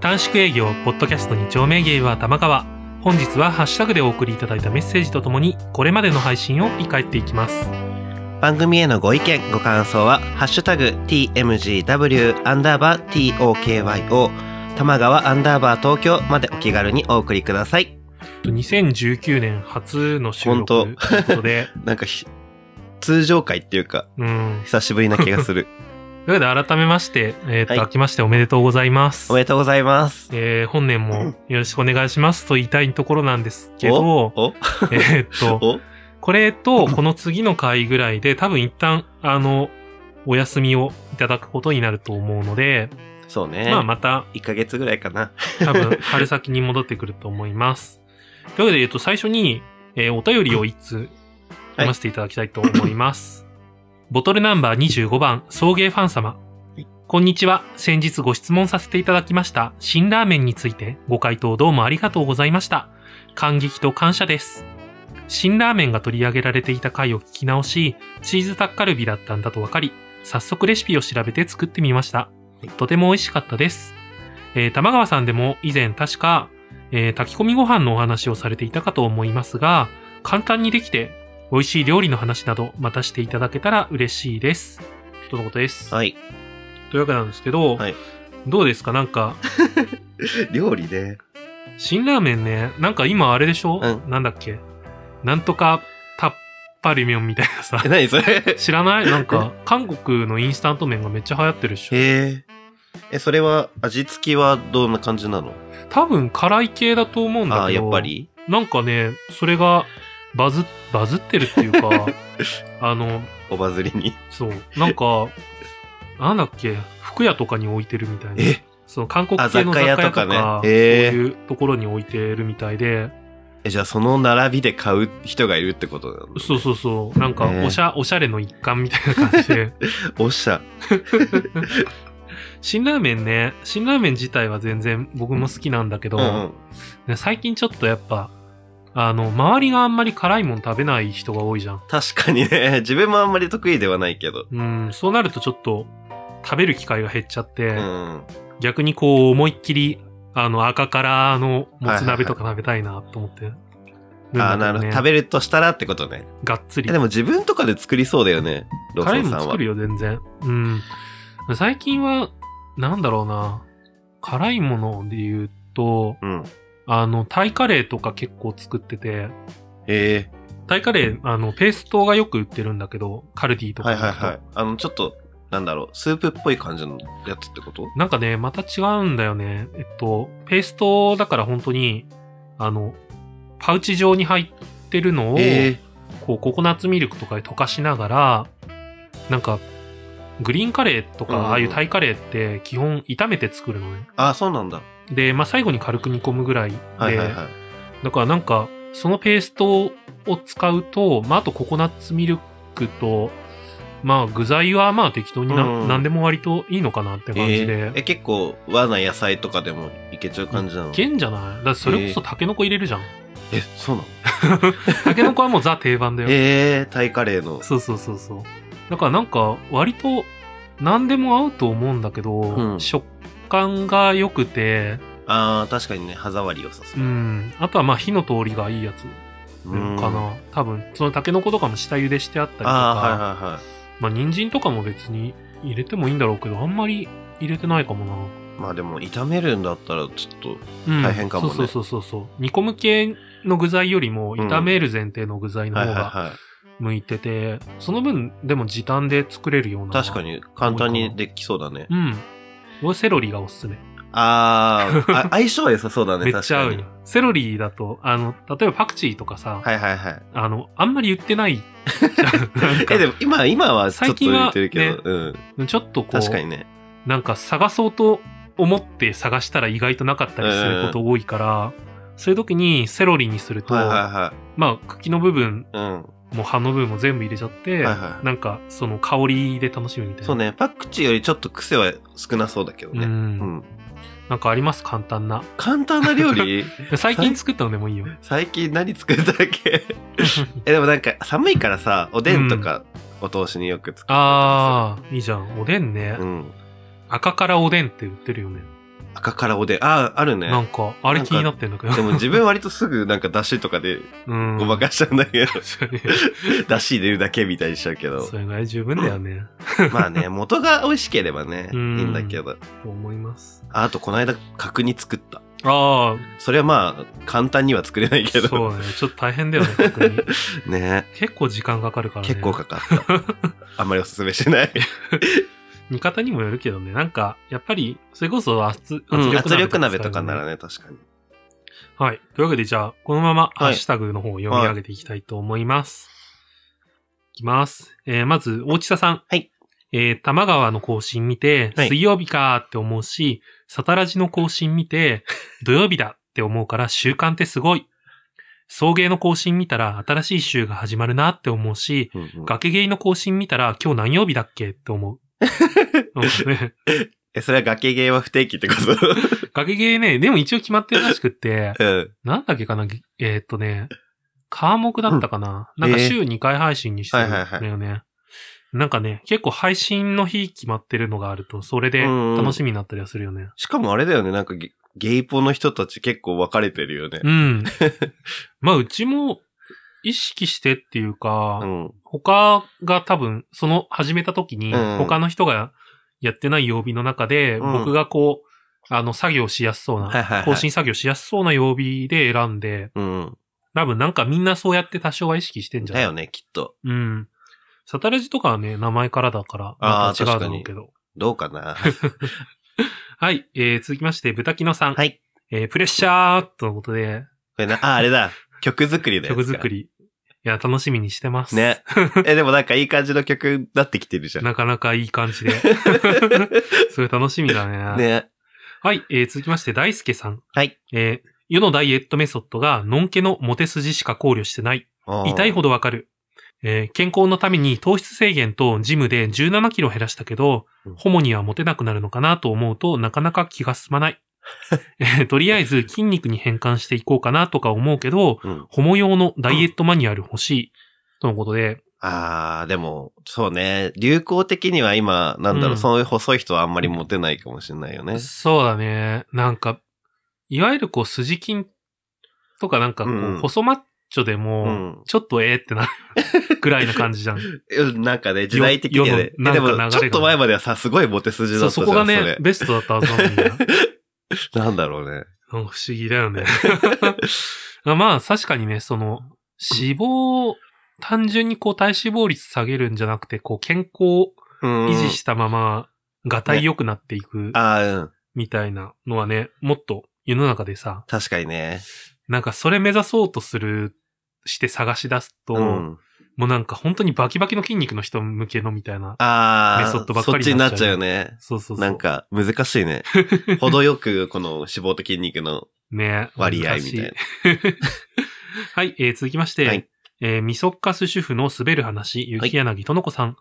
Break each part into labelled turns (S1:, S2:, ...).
S1: 短縮営業ポッドキャスト2丁目芸は玉川本日はハッシュタグでお送りいただいたメッセージとともにこれまでの配信を振り返っていきます
S2: 番組へのご意見ご感想は「ハッシュタグ #tmgw アンダーバー tokyo 玉川アンダーバー東京」までお気軽にお送りください
S1: 2019年初の収録ということ で
S2: なんかひ通常回っていうか
S1: うん
S2: 久しぶりな気がする
S1: ということで改めまして、えーっと
S2: はい
S1: 明けましておめでとうございます
S2: おめでとうございます
S1: えー本年もよろしくお願いしますと言いたいところなんですけど、
S2: お
S1: えーっと、
S2: お
S1: これと、この次の回ぐらいで、多分一旦、あの、お休みをいただくことになると思うので、
S2: そうね、
S1: まあまた、
S2: 1ヶ月ぐらいかな
S1: 多分、春先に戻ってくると思います。というわけで、えっと、最初に、えーお便りを一通、
S2: はい
S1: 読ませていただきたいと思います。ボトルナンバー25番、送迎ファン様。こんにちは。先日ご質問させていただきました、辛ラーメンについて、ご回答どうもありがとうございました。感激と感謝です。辛ラーメンが取り上げられていた回を聞き直し、チーズタッカルビだったんだと分かり、早速レシピを調べて作ってみました。とても美味しかったです。えー玉川さんでも以前確か、えー炊き込みご飯のお話をされていたかと思いますが、簡単にできて、美味しい料理の話など、またしていただけたら嬉しいです。とのことです。
S2: はい
S1: というわけなんですけど、
S2: はい
S1: どうですかなんか、
S2: 料理ね
S1: 辛ラーメンね、なんか今あれでしょ、
S2: う
S1: なんだっけなんとかタッパリミョンみたいなさ
S2: え。何それ
S1: 知らないなんか、韓国のインスタント麺がめっちゃ流行ってるでしょ
S2: えー、えそれは味付きはどんな感じなの
S1: 多分辛い系だと思うんだけど。
S2: あーやっぱり
S1: なんかね、それがバズ、バズってるっていう か、あの、
S2: おばずりに
S1: そう、なんか、なんだっけ、服屋とかに置いてるみたいな。
S2: え
S1: その韓国系の
S2: あ
S1: 雑
S2: 雑貨
S1: 貨屋
S2: 屋
S1: と
S2: と
S1: か
S2: かね
S1: そう
S2: へー
S1: いうところに置いてるみたいで、
S2: えじゃあその並びで買う人がいるってことなの
S1: そうそうそう、なんか
S2: ね
S1: おしゃ、おしゃれの一環みたいな感じ で。
S2: おっしゃ
S1: 辛ラーメンね、辛ラーメン自体は全然僕も好きなんだけど、
S2: うん
S1: ね最近ちょっとやっぱ、あの、周りがあんまり辛いもん食べない人が多いじゃん。
S2: 確かにね、 自分もあんまり得意ではないけど。
S1: うん、そうなるとちょっと食べる機会が減っちゃって、
S2: うん。
S1: 逆にこう思いっきり、あの赤からのもつ鍋とか食べたいなと思って。
S2: ああ、なるほど。食
S1: べ
S2: べるとしたらってことね。
S1: がっつり
S2: え。でも自分とかで作りそうだよね、ロー
S1: 辛
S2: ソ
S1: いも
S2: ンさ
S1: ん
S2: んは
S1: 作る。よ、全然。うん。最近は、なんだろうな。辛いもので言うと、
S2: うん。
S1: あの、タイカレーとか結構作ってて、
S2: え
S1: タイカレー、あの、ペーストがよく売ってるんだけど、カルディ
S2: え
S1: とか
S2: はい
S1: に行くと。
S2: はいはい。あの、ちょっと、なんだろう、スープっぽい感じのやつってこと
S1: なんかね、また違うんだよね。えっと、ペーストだから本当に、あの、パウチ状に入ってるのを、
S2: え
S1: こう、ココナッツミルクとかで溶かしながら、なんか、グリーンカレーと
S2: うん
S1: か、ああいうタイカレーって基本炒めて作るのね。
S2: ああ、そうなんだ。
S1: で、まあ、最後に軽く煮込むぐらいで、
S2: はいはいはい。
S1: だからなんか、そのペーストを使うと、まあ、あとココナッツミルクと、まあ、具材はまあ適当にな、
S2: うん
S1: 何でも割といいのかなって感じで。
S2: ええ結構和な野菜とかでもいけちゃう感じなの
S1: いけんじゃないだってそれこそタケノコ入れるじゃん。
S2: え、そうなの
S1: タケノコはもうザ定番だよ。
S2: ええタイカレーの。
S1: そうそうそうそう。だからなんか、割と、何でも合うと思うんだけど、
S2: うん
S1: 食感が良くて、
S2: ああ、確かにね、歯触り良さそうう。
S1: ん。あとはまあ火の通りがいいやつか
S2: うん
S1: な。多分、そのタケノコとかも下茹でしてあったりとか、
S2: ああ、はいはいはい。
S1: まあ人参とかも別に入れてもいいんだろうけど、あんまり入れてないかもな。
S2: まあでも炒めるんだったらちょっと
S1: うん
S2: 大変かもね
S1: そうそうそうそう。煮込む系の具材よりも、炒める前提の具材の
S2: はい
S1: 方
S2: はい
S1: が
S2: は
S1: 向いてて、その分でも時短で作れるよう
S2: い
S1: な。
S2: 確か。に簡単にできそうだね
S1: うん。俺セロリがおすすめ。
S2: あー あ相性は良さそうだね
S1: めっ
S2: 確
S1: ちゃ
S2: か
S1: 合う
S2: に
S1: よ。セロリだと、あの、例えばパクチーとかさ、
S2: はいはいはい
S1: あの、あんまり言ってないじゃ ん。なんか
S2: えでも今今はちょっと入れてるけど、
S1: 最
S2: うん
S1: ちょっとこ
S2: 確か
S1: う、
S2: にね
S1: なんか探そうと思って探したら意外となかったりすること多いから、そういう時にセロリにすると、
S2: はい
S1: ま
S2: は
S1: あ、茎の部分
S2: いはい
S1: も葉の部分も全部入れちゃって、
S2: うんはいは
S1: なんかその香りで楽しむみた
S2: い
S1: いな。
S2: そうねパクチーよりちょっと癖は少なそうだけど
S1: うん
S2: ねうん
S1: なんかあります簡単な。
S2: 簡単な 料理
S1: 最近作ったのでもいい よ。
S2: 最近何作ったっけ えでもなんか寒いからさおでんとかお通しによく作ったりとか
S1: ああ、いいじゃん。おでんね
S2: さ。うん
S1: 赤からおでんって売ってるよね。
S2: 赤からおでん。ああ、あるね。
S1: なんか、あれ気になってんだけど。
S2: でも自分割とすぐなんか出汁とかで
S1: うん。
S2: ごまかしちゃうんだけど、
S1: そうね
S2: 出汁入れるだけみたいにしちゃうけど
S1: そ。れぐらい十分だよね。
S2: ま あね、元が美味しければね、いい
S1: うん
S2: んだけど。
S1: と思います。
S2: ああとこの間角煮作った。
S1: あ
S2: それはまあ、簡単には作れないけ
S1: あ、
S2: ど。
S1: そうね。ちょっと大変だよね、確認。
S2: ね
S1: 結構時間かかるからね。
S2: 結構かか った。あんまりおすすめしない。
S1: 見方にもよるけどね。なんか、やっぱり、それこそ圧
S2: うん圧力
S1: 力
S2: 鍋
S1: 鍋
S2: と
S1: とか使うよね
S2: かならね、確かに。
S1: はい。というわけで、じゃあ、このまま、
S2: い
S1: ハッシュタグの方を読み上げていきたいと思います。い、きます。えー、まず、大地田さん。
S2: はい。
S1: えー、玉川の更新見て、
S2: はい
S1: 水曜日かーって思うし、サタラジの更新見 て、土曜日だって思うから、習慣ってすごい。送迎の更新見たら、新しい週が始まるなって思うし、
S2: うんうん
S1: 崖ゲイの更新見たら、今日何曜日だっけって 思う。うん ね
S2: え、それは崖芸は不定期ってこと
S1: 崖ゲイね、でも一応決まってるらしくって、
S2: うん。
S1: なんだっけかなぎえーっとね、科目だったかな、なんか
S2: えー
S1: 週2回配信にしてるんだよね。
S2: はい
S1: なんかね、結構配信の日決まってるのがあると、それで
S2: うんうん
S1: 楽しみになったりはするよね。
S2: しかもあれだよね、なんかゲゲイポの人たち結構分かれてるよね
S1: う。ん。 まあ、うちも意識してっていうか、
S2: うん。
S1: 他が多分、その始めた時に、
S2: うん
S1: 他の人がやってない曜日の中で、
S2: うん
S1: 僕がこう、あの、作業しやすそうな、
S2: はいはいはい
S1: 更新作業しやすそうな曜日で選んで、
S2: うん。
S1: 多分なんかみんなそうやって多少は意識してんじゃな
S2: だ
S1: い
S2: よね、きっと。
S1: うん。サタレジとかはね、名前からだから、
S2: あ
S1: ま
S2: ー
S1: た違うだろうけど。
S2: どうかな。
S1: はい、えー、続きまして、ブタキノさん。
S2: はい。
S1: えー、プレッシャーとのことで、
S2: これな、あ、あれだ。曲作りだよ。
S1: 曲作。り。いや、楽しみにしてます。
S2: ね。 え、でもなんかいい感じの曲になってきてるじゃん。
S1: なかなかいい感 じで。それ楽しみだね。
S2: ね。
S1: はい、えー、続きまして、大輔さん。
S2: はい。
S1: えー、世のダイエットメソッドが、のんけのモテ筋しか考慮してない。痛いほ
S2: ど。
S1: どわかる。えー健康のために糖質制限とジムで17キロ減らしたけど
S2: うん、
S1: ホモにはモテなくなるのかなと思うとなかなか気が進まない。 えーとりあえず筋肉に変換していこうかなとか思うけど、
S2: うん。
S1: ホモ用のダイエットマニュアル欲しい。とのことで、
S2: あー、でも、そうね。流行的には今、なんだろう、
S1: うん
S2: そういう細い人はあんまりモテないかもしれないよね。
S1: そうだね。なんか、いわゆるこう筋筋とかなんかこ
S2: うん
S1: う細マッチョで
S2: う
S1: も
S2: ん、
S1: ちょっとええってなるぐらいの感 じじゃん。
S2: うんなんかね、時代的にはね。
S1: 世の
S2: え
S1: な
S2: でも、
S1: んか流れが
S2: ちょっと前まではさ、すごいモテ筋だ
S1: そ
S2: っ
S1: う
S2: たじ
S1: そ
S2: ゃん。
S1: こがね
S2: れ、
S1: ベストだったはずなのに な。
S2: なんだろうね。
S1: なんか不思議だよね。 まあ確かにね、その、脂肪を単純にこう体脂肪率下げるんじゃなくて、こう健康を
S2: うん
S1: 維持したまま、がたい良くなっていく
S2: ああ、うん。
S1: みたいなのはね、もっと世の中でさ、
S2: 確かにね。
S1: なんかそれ目指そうとする、して探し出すと、
S2: うん。
S1: もうなんか本当にバキバキの筋肉の人向けのみたいな。
S2: ああ、
S1: メソッドばっかり
S2: そっち
S1: に
S2: にな
S1: な
S2: っ
S1: っ
S2: ち
S1: ち
S2: ゃ
S1: ゃ
S2: う
S1: う
S2: よね。
S1: そうそうそう。
S2: なんか、難しい ね。程よく、この脂肪と筋肉の
S1: ね。
S2: 割合みたいな
S1: 難し。はい、えー続きまして、
S2: はい
S1: えー、ミソッカス主婦の滑る話、
S2: はい
S1: 雪柳との子さん。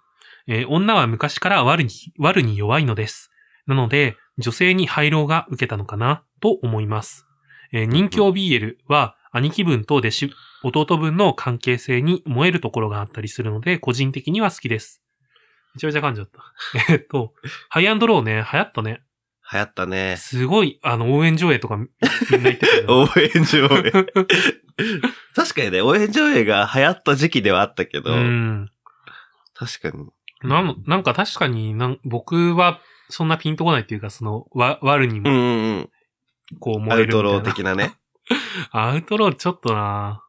S1: えー女は昔から悪に、悪に弱いのです。なので、女性に廃炉が受けたのかな、と思います。えー人気 BL は、兄貴分と弟子、弟分の関係性に燃えるところがあったりするので、個人的には好きです。めちゃめちゃ噛んじゃった。え ーっと、ハイアンドローね、流行ったね。
S2: 流行ったね。
S1: すごい、あの、応援上映とかみみんな言ってたよね
S2: 応援上映。 確かにね、応援上映が流行った時期ではあったけど、
S1: うん。
S2: 確かに。
S1: なん、なんか確かになん、僕はそんなピンとこないっていうか、その、わ、悪に
S2: うん
S1: も、
S2: うん
S1: こう
S2: うん。
S1: 思
S2: ア
S1: える
S2: ウ
S1: みた
S2: ト
S1: いな。
S2: ロー的なね。
S1: アウトローちょっとな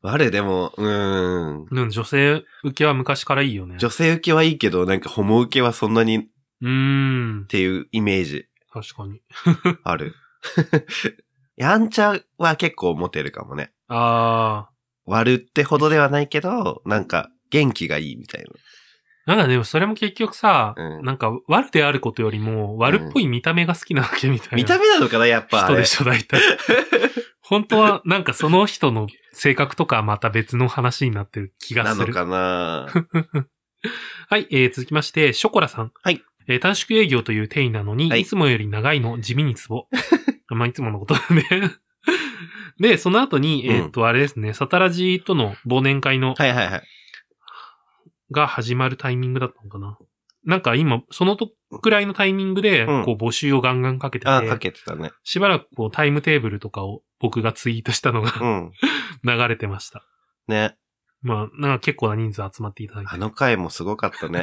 S2: 我でも、うーん。
S1: でも女性受けは昔からいいよね。
S2: 女性受けはいいけど、なんかホモ受けはそんなにっ
S1: うーん。
S2: ていうイメージ
S1: 確かに。
S2: ある。 やんちゃは結構モテるかもね。
S1: あ
S2: 悪ってほどではないけど、なんか元気がいいみたい
S1: ー。なんかでもそれも結局さ、
S2: うん
S1: なんか悪であることよりも、悪っぽい見た目が好きなわけみたい
S2: な。
S1: な。
S2: 見た目なのかな、やっぱあ
S1: 人
S2: れ。
S1: でしょ、大 体。本当は、なんかその人の性格とかはまた別の話になってる気が
S2: な
S1: す
S2: の
S1: る。
S2: かな
S1: はい、えー続きまして、ショコラさん。
S2: はい。
S1: えー短縮営業という定義なのに、
S2: はい
S1: い、つもより長いの地味にツボ。 まあ、いつものことだね。 で、その後に、えーっと、あれですね、サタラジとの忘年会の、
S2: はいはいはい。
S1: が始まるタイミングだったのかな。なんか今、そのとくらいのタイミングで、
S2: うん
S1: こう募集をガンガンかけてて、
S2: あ、かけてたね。
S1: しばらくこうタイムテーブルとかを僕がツイートしたのが
S2: うん。
S1: 流れてました。
S2: ね。
S1: まあ、なんか結構な人数集まっていただいて
S2: あ。の回もすごかったね。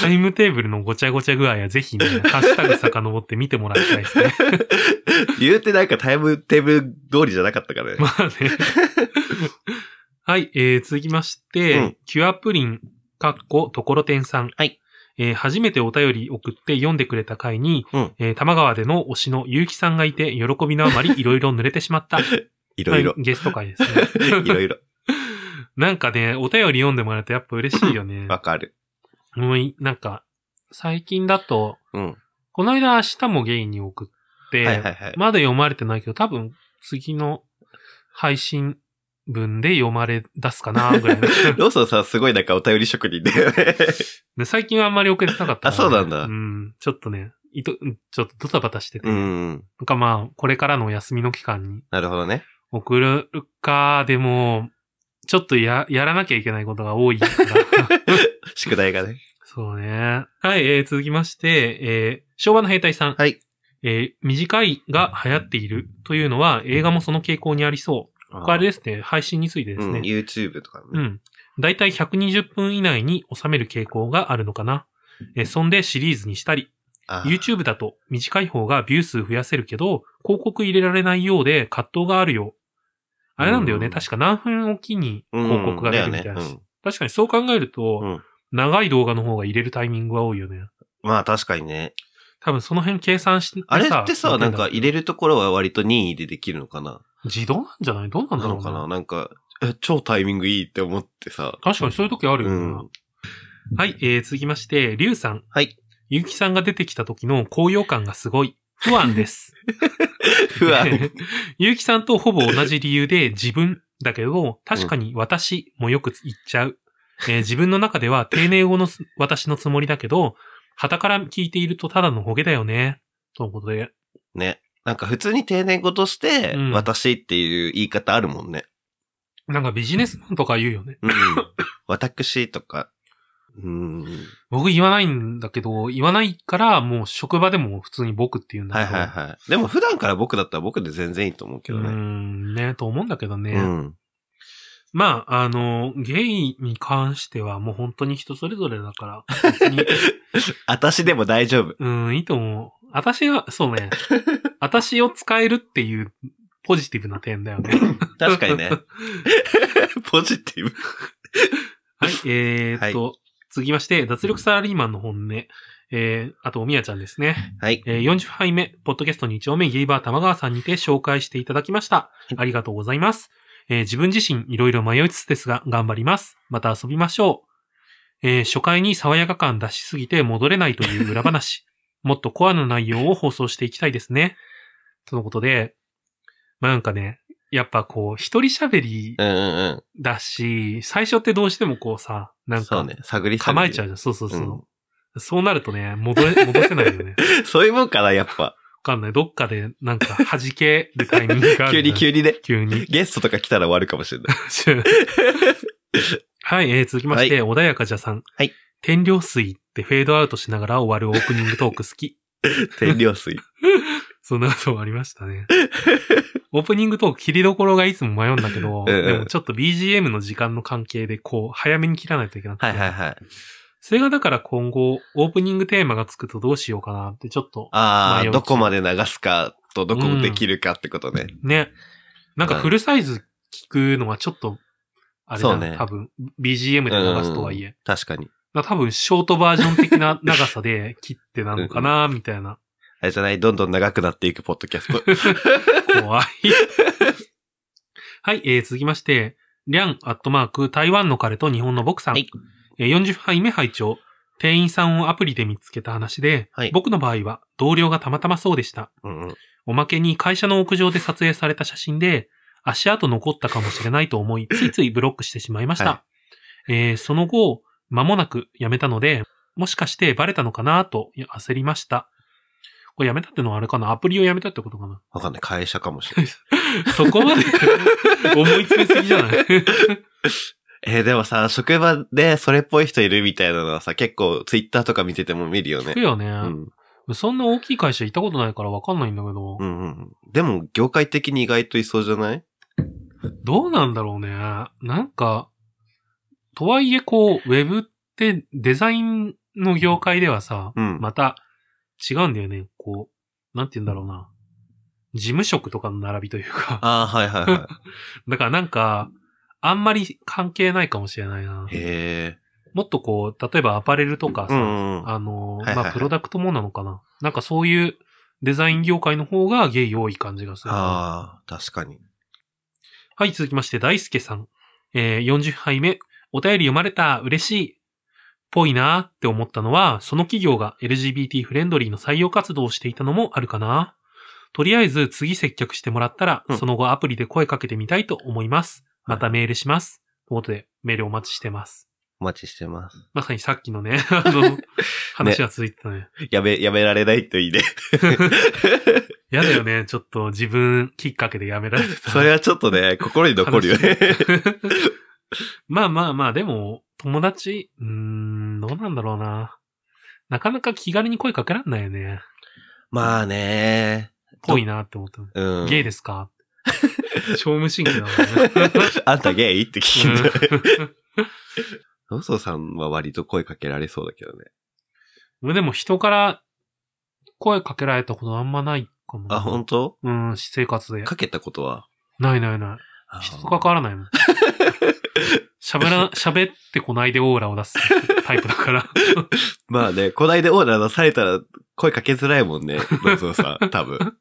S1: タイムテーブルのごちゃごちゃ具合はぜひ ね、ハッシュタグ遡って見てもらいたいですね。
S2: 言うてなんかタイムテーブル通りじゃなかったからね。
S1: まあね。 はい、えー、続きまして、
S2: うん
S1: キュアプリン、かっこ、ところてんさん。
S2: はい。
S1: えー初めてお便り送って読んでくれた回に、
S2: うん
S1: えー玉川での推しの結城さんがいて、喜びのあまりいろいろ濡れてしまった。
S2: いろいろ
S1: は。いゲスト回ですね。
S2: いろいろ。
S1: なんかね、お便り読んでもらうとやっぱ嬉しいよ ね。
S2: わかる。
S1: もうい、なんか、最近だと、
S2: うん。
S1: この間明日もゲイに送って、
S2: はいはいはい。
S1: まだ読まれてないけど、多分次の配信分で読まれ出すかな、ぐらいの
S2: ローソンさんすごいなんかお便り職人だよね。
S1: で最近はあんまり送れてなかったから
S2: あそうなんだ
S1: うん。ちょっとね、いと、ちょっとドタバタしてて。
S2: う
S1: なん
S2: ん。
S1: かまあ、これからのお休みの期間に
S2: なるほどね。
S1: 送るか、でも、ちょっとや、やらなきゃいけないことが多いから。
S2: 宿題がね。
S1: そうね。はい、えー、続きまして、えー、昭和の兵隊さん。
S2: はい。
S1: えー、短いが流行っているというのは映画もその傾向にありそう。これあれですね、配信についてです
S2: うん、
S1: ね。
S2: YouTube とか
S1: うん。
S2: ね。
S1: だいたい120分以内に収める傾向があるのかな。えーそんでシリーズにしたり、
S2: あー
S1: YouTube だと短い方がビュー数増やせるけど、広告入れられないようで葛藤があるよ。あれなんだよね、
S2: うん
S1: 確か何分おきに広告が出るみたいな
S2: うん
S1: 話
S2: だよね
S1: 確かにそう考えると、
S2: うん
S1: 長い動画の方が入れるタイミングは多いよね。
S2: うんまあ確かにね。見
S1: 多分その辺計算して
S2: あれって
S1: や
S2: さ、
S1: て
S2: なん
S1: だ
S2: か入れるところは割と任意でできるのかな
S1: 自動なんじゃないどうなんだろ
S2: な
S1: う
S2: の
S1: な
S2: かななんか、え超タイミングいいって思ってさ。
S1: 確かにそういう時あるよな、
S2: うん
S1: はい、えー、続きまして、リュウさん。
S2: はい。
S1: ゆうきさんが出てきた時の高揚感がすごい。不安です。
S2: 不安。
S1: ゆうきさんとほぼ同じ理由で自分だけど、確かに私もよく言っちゃう。えー自分の中では丁寧語のす私のつもりだけど、旗から聞いているとただのホゲだよね。とのことで。
S2: ね。なんか普通に定年語として
S1: うん、
S2: 私っていう言い方あるもんね。
S1: なんかビジネスマンとか言うよね。
S2: うん。私とか。うん。
S1: 僕言わないんだけど、言わないから、もう職場でも普通に僕って言うんだ
S2: はい
S1: けど。
S2: はいはい。でも普段から僕だったら僕で全然いいと思うけど
S1: うー
S2: ね。
S1: ん、ね、と思うんだけどね。
S2: うん。
S1: まあ、あの、ゲイに関してはもう本当に人それぞれだから、別 に、
S2: 私でも大丈夫。
S1: うん、いいと思う。私は、そうね、私を使えるっていうポジティブな点だよね。
S2: 確か にね。ポジティブ。
S1: はい、えーっと、続きまして、脱力サラリーマンの本音。えー、あと、おみやちゃんですね。
S2: はい。
S1: えー40杯目、ポッドキャスト2丁目、ゲイバー玉川さんにて紹介していただきました。ありがとうございます。えー自分自身いろいろ迷いつつですが、頑張ります。また遊びましょう。えー初回に爽やか感出しすぎて戻れないという裏 話。もっとコアな内容を放送していきたいですね。とのことで、まあ、なんかね、やっぱこう、一人喋り
S2: うんうん
S1: だし、最初ってどうしてもこうさ、
S2: う。
S1: なんん
S2: そう
S1: か、
S2: ね。探り探り
S1: 構えちゃうじゃん。そうそうそう。
S2: うん
S1: そうなるとね、戻れ、戻せないよね。
S2: そういうもんかな、やっぱ。
S1: わかんない。どっかで、なんか、弾けるタイミングがあ
S2: 急
S1: る。
S2: に急にね。
S1: 急に。
S2: ゲストとか来たら終わるかもしれない。
S1: 急に。はい、えー続きまして、穏やかじゃさん。
S2: はい。
S1: 天領水ってフェードアウトしながら終わるオープニングトーク好き。
S2: 天領水。
S1: そんなことありました ね。オープニングトーク切りどころがいつも迷うんだけど、
S2: うんうん
S1: でもちょっと BGM の時間の関係で、こう、早めに切らないといけなくて。
S2: はいはいはい。
S1: それがだから今後、オープニングテーマがつくとどうしようかなって、ちょっと、
S2: あ
S1: 迷
S2: あ、
S1: う
S2: どこまで流すかとどこもできるかってことね。
S1: ね。なんかフルサイズ聞くのはちょっと、あれだ
S2: そうね
S1: ね。多分、BGM で流すとはいえ。
S2: 確かに。
S1: だから多分、ショートバージョン的な長さで切ってなのかな、みたいな。
S2: あれじゃない、どんどん長くなっていくポッドキャスト。
S1: 怖い。はい、えー、続きまして、リャン、アットマーク、台湾の彼と日本の僕さん。
S2: はい
S1: えー40杯目拝聴店員さんをアプリで見つけた話で、
S2: はい
S1: 僕の場合は同僚がたまたまそうでした。
S2: うんうん
S1: おまけに会社の屋上で撮影された写真で、足跡残ったかもしれないと 思い、ついついブロックしてしまいました。
S2: は
S1: えーその後、間もなく辞めたので、もしかしてバレたのかなといや焦りました。これ辞めたってのはあれかなアプリを辞めたってことかな
S2: わかんない。会社かもしれない。
S1: そこまで思い詰めすぎじゃない
S2: えーでもさ、職場でそれっぽい人いるみたいなのはさ、結構ツイッターとか見てても見るよ
S1: 聞
S2: ね
S1: く。よね、
S2: うん。
S1: そんな大きい会社行ったことないからわかんないんだけど、
S2: うんうん。でも、業界的に意外といそうじゃない
S1: どうなんだろうね。なんか、とはいえこう、ウェブってデザインの業界ではさ、
S2: うん。
S1: また違うんだよね。こう、なんて言うんだろうな。事務職とかの並びというか。
S2: ああ、はいはいは
S1: だからなんか、あんまり関係ないかもしれないな
S2: い。。へえ。
S1: もっとこう、例えばアパレルとか
S2: う
S1: さ、
S2: んうん。
S1: あの、
S2: はいはいはい
S1: まあ、プロダクトもなのかな。なんかそういうデザイン業界の方がゲイ多い感じがするな。
S2: ああ、確かに。
S1: はい、続きまして、大輔さん。えー40杯目。お便り読まれた、嬉しい。ぽいなーって思ったのは、その企業が LGBT フレンドリーの採用活動をしていたのもあるかな。とりあえず、次接客してもらったら、
S2: うん
S1: その後アプリで声かけてみたいと思います。
S2: はい
S1: またメールします。ということで、メールお待ちしてます。
S2: お待ちしてます。
S1: まさにさっきの ね、あの、話が続いてたね。
S2: やめ、やめられないと いいね。
S1: やだよね、ちょっと自分きっかけでやめられてた。
S2: それはちょっとね、心に残るよね。
S1: まあまあまあ、でも、友達、うーん、どうなんだろうな。なかなか気軽に声かけらんないよね。
S2: まあね。
S1: ぽいなって思った。
S2: うん。
S1: ゲイですか超無神経だな。
S2: あんたゲイって聞くんだね。
S1: うん
S2: ロソさんは割と声かけられそうだけどね。
S1: 俺でも人から声かけられたことあんまないかも。
S2: あ、本当？
S1: うん、私生活で。
S2: かけたことは
S1: ないないない。人と関わらないも ん。喋ら、喋ってこないでオーラを出すタイプだから。
S2: まあね、こないでオーナー出されたら声かけづらいもんね、ロソさ ん、多分。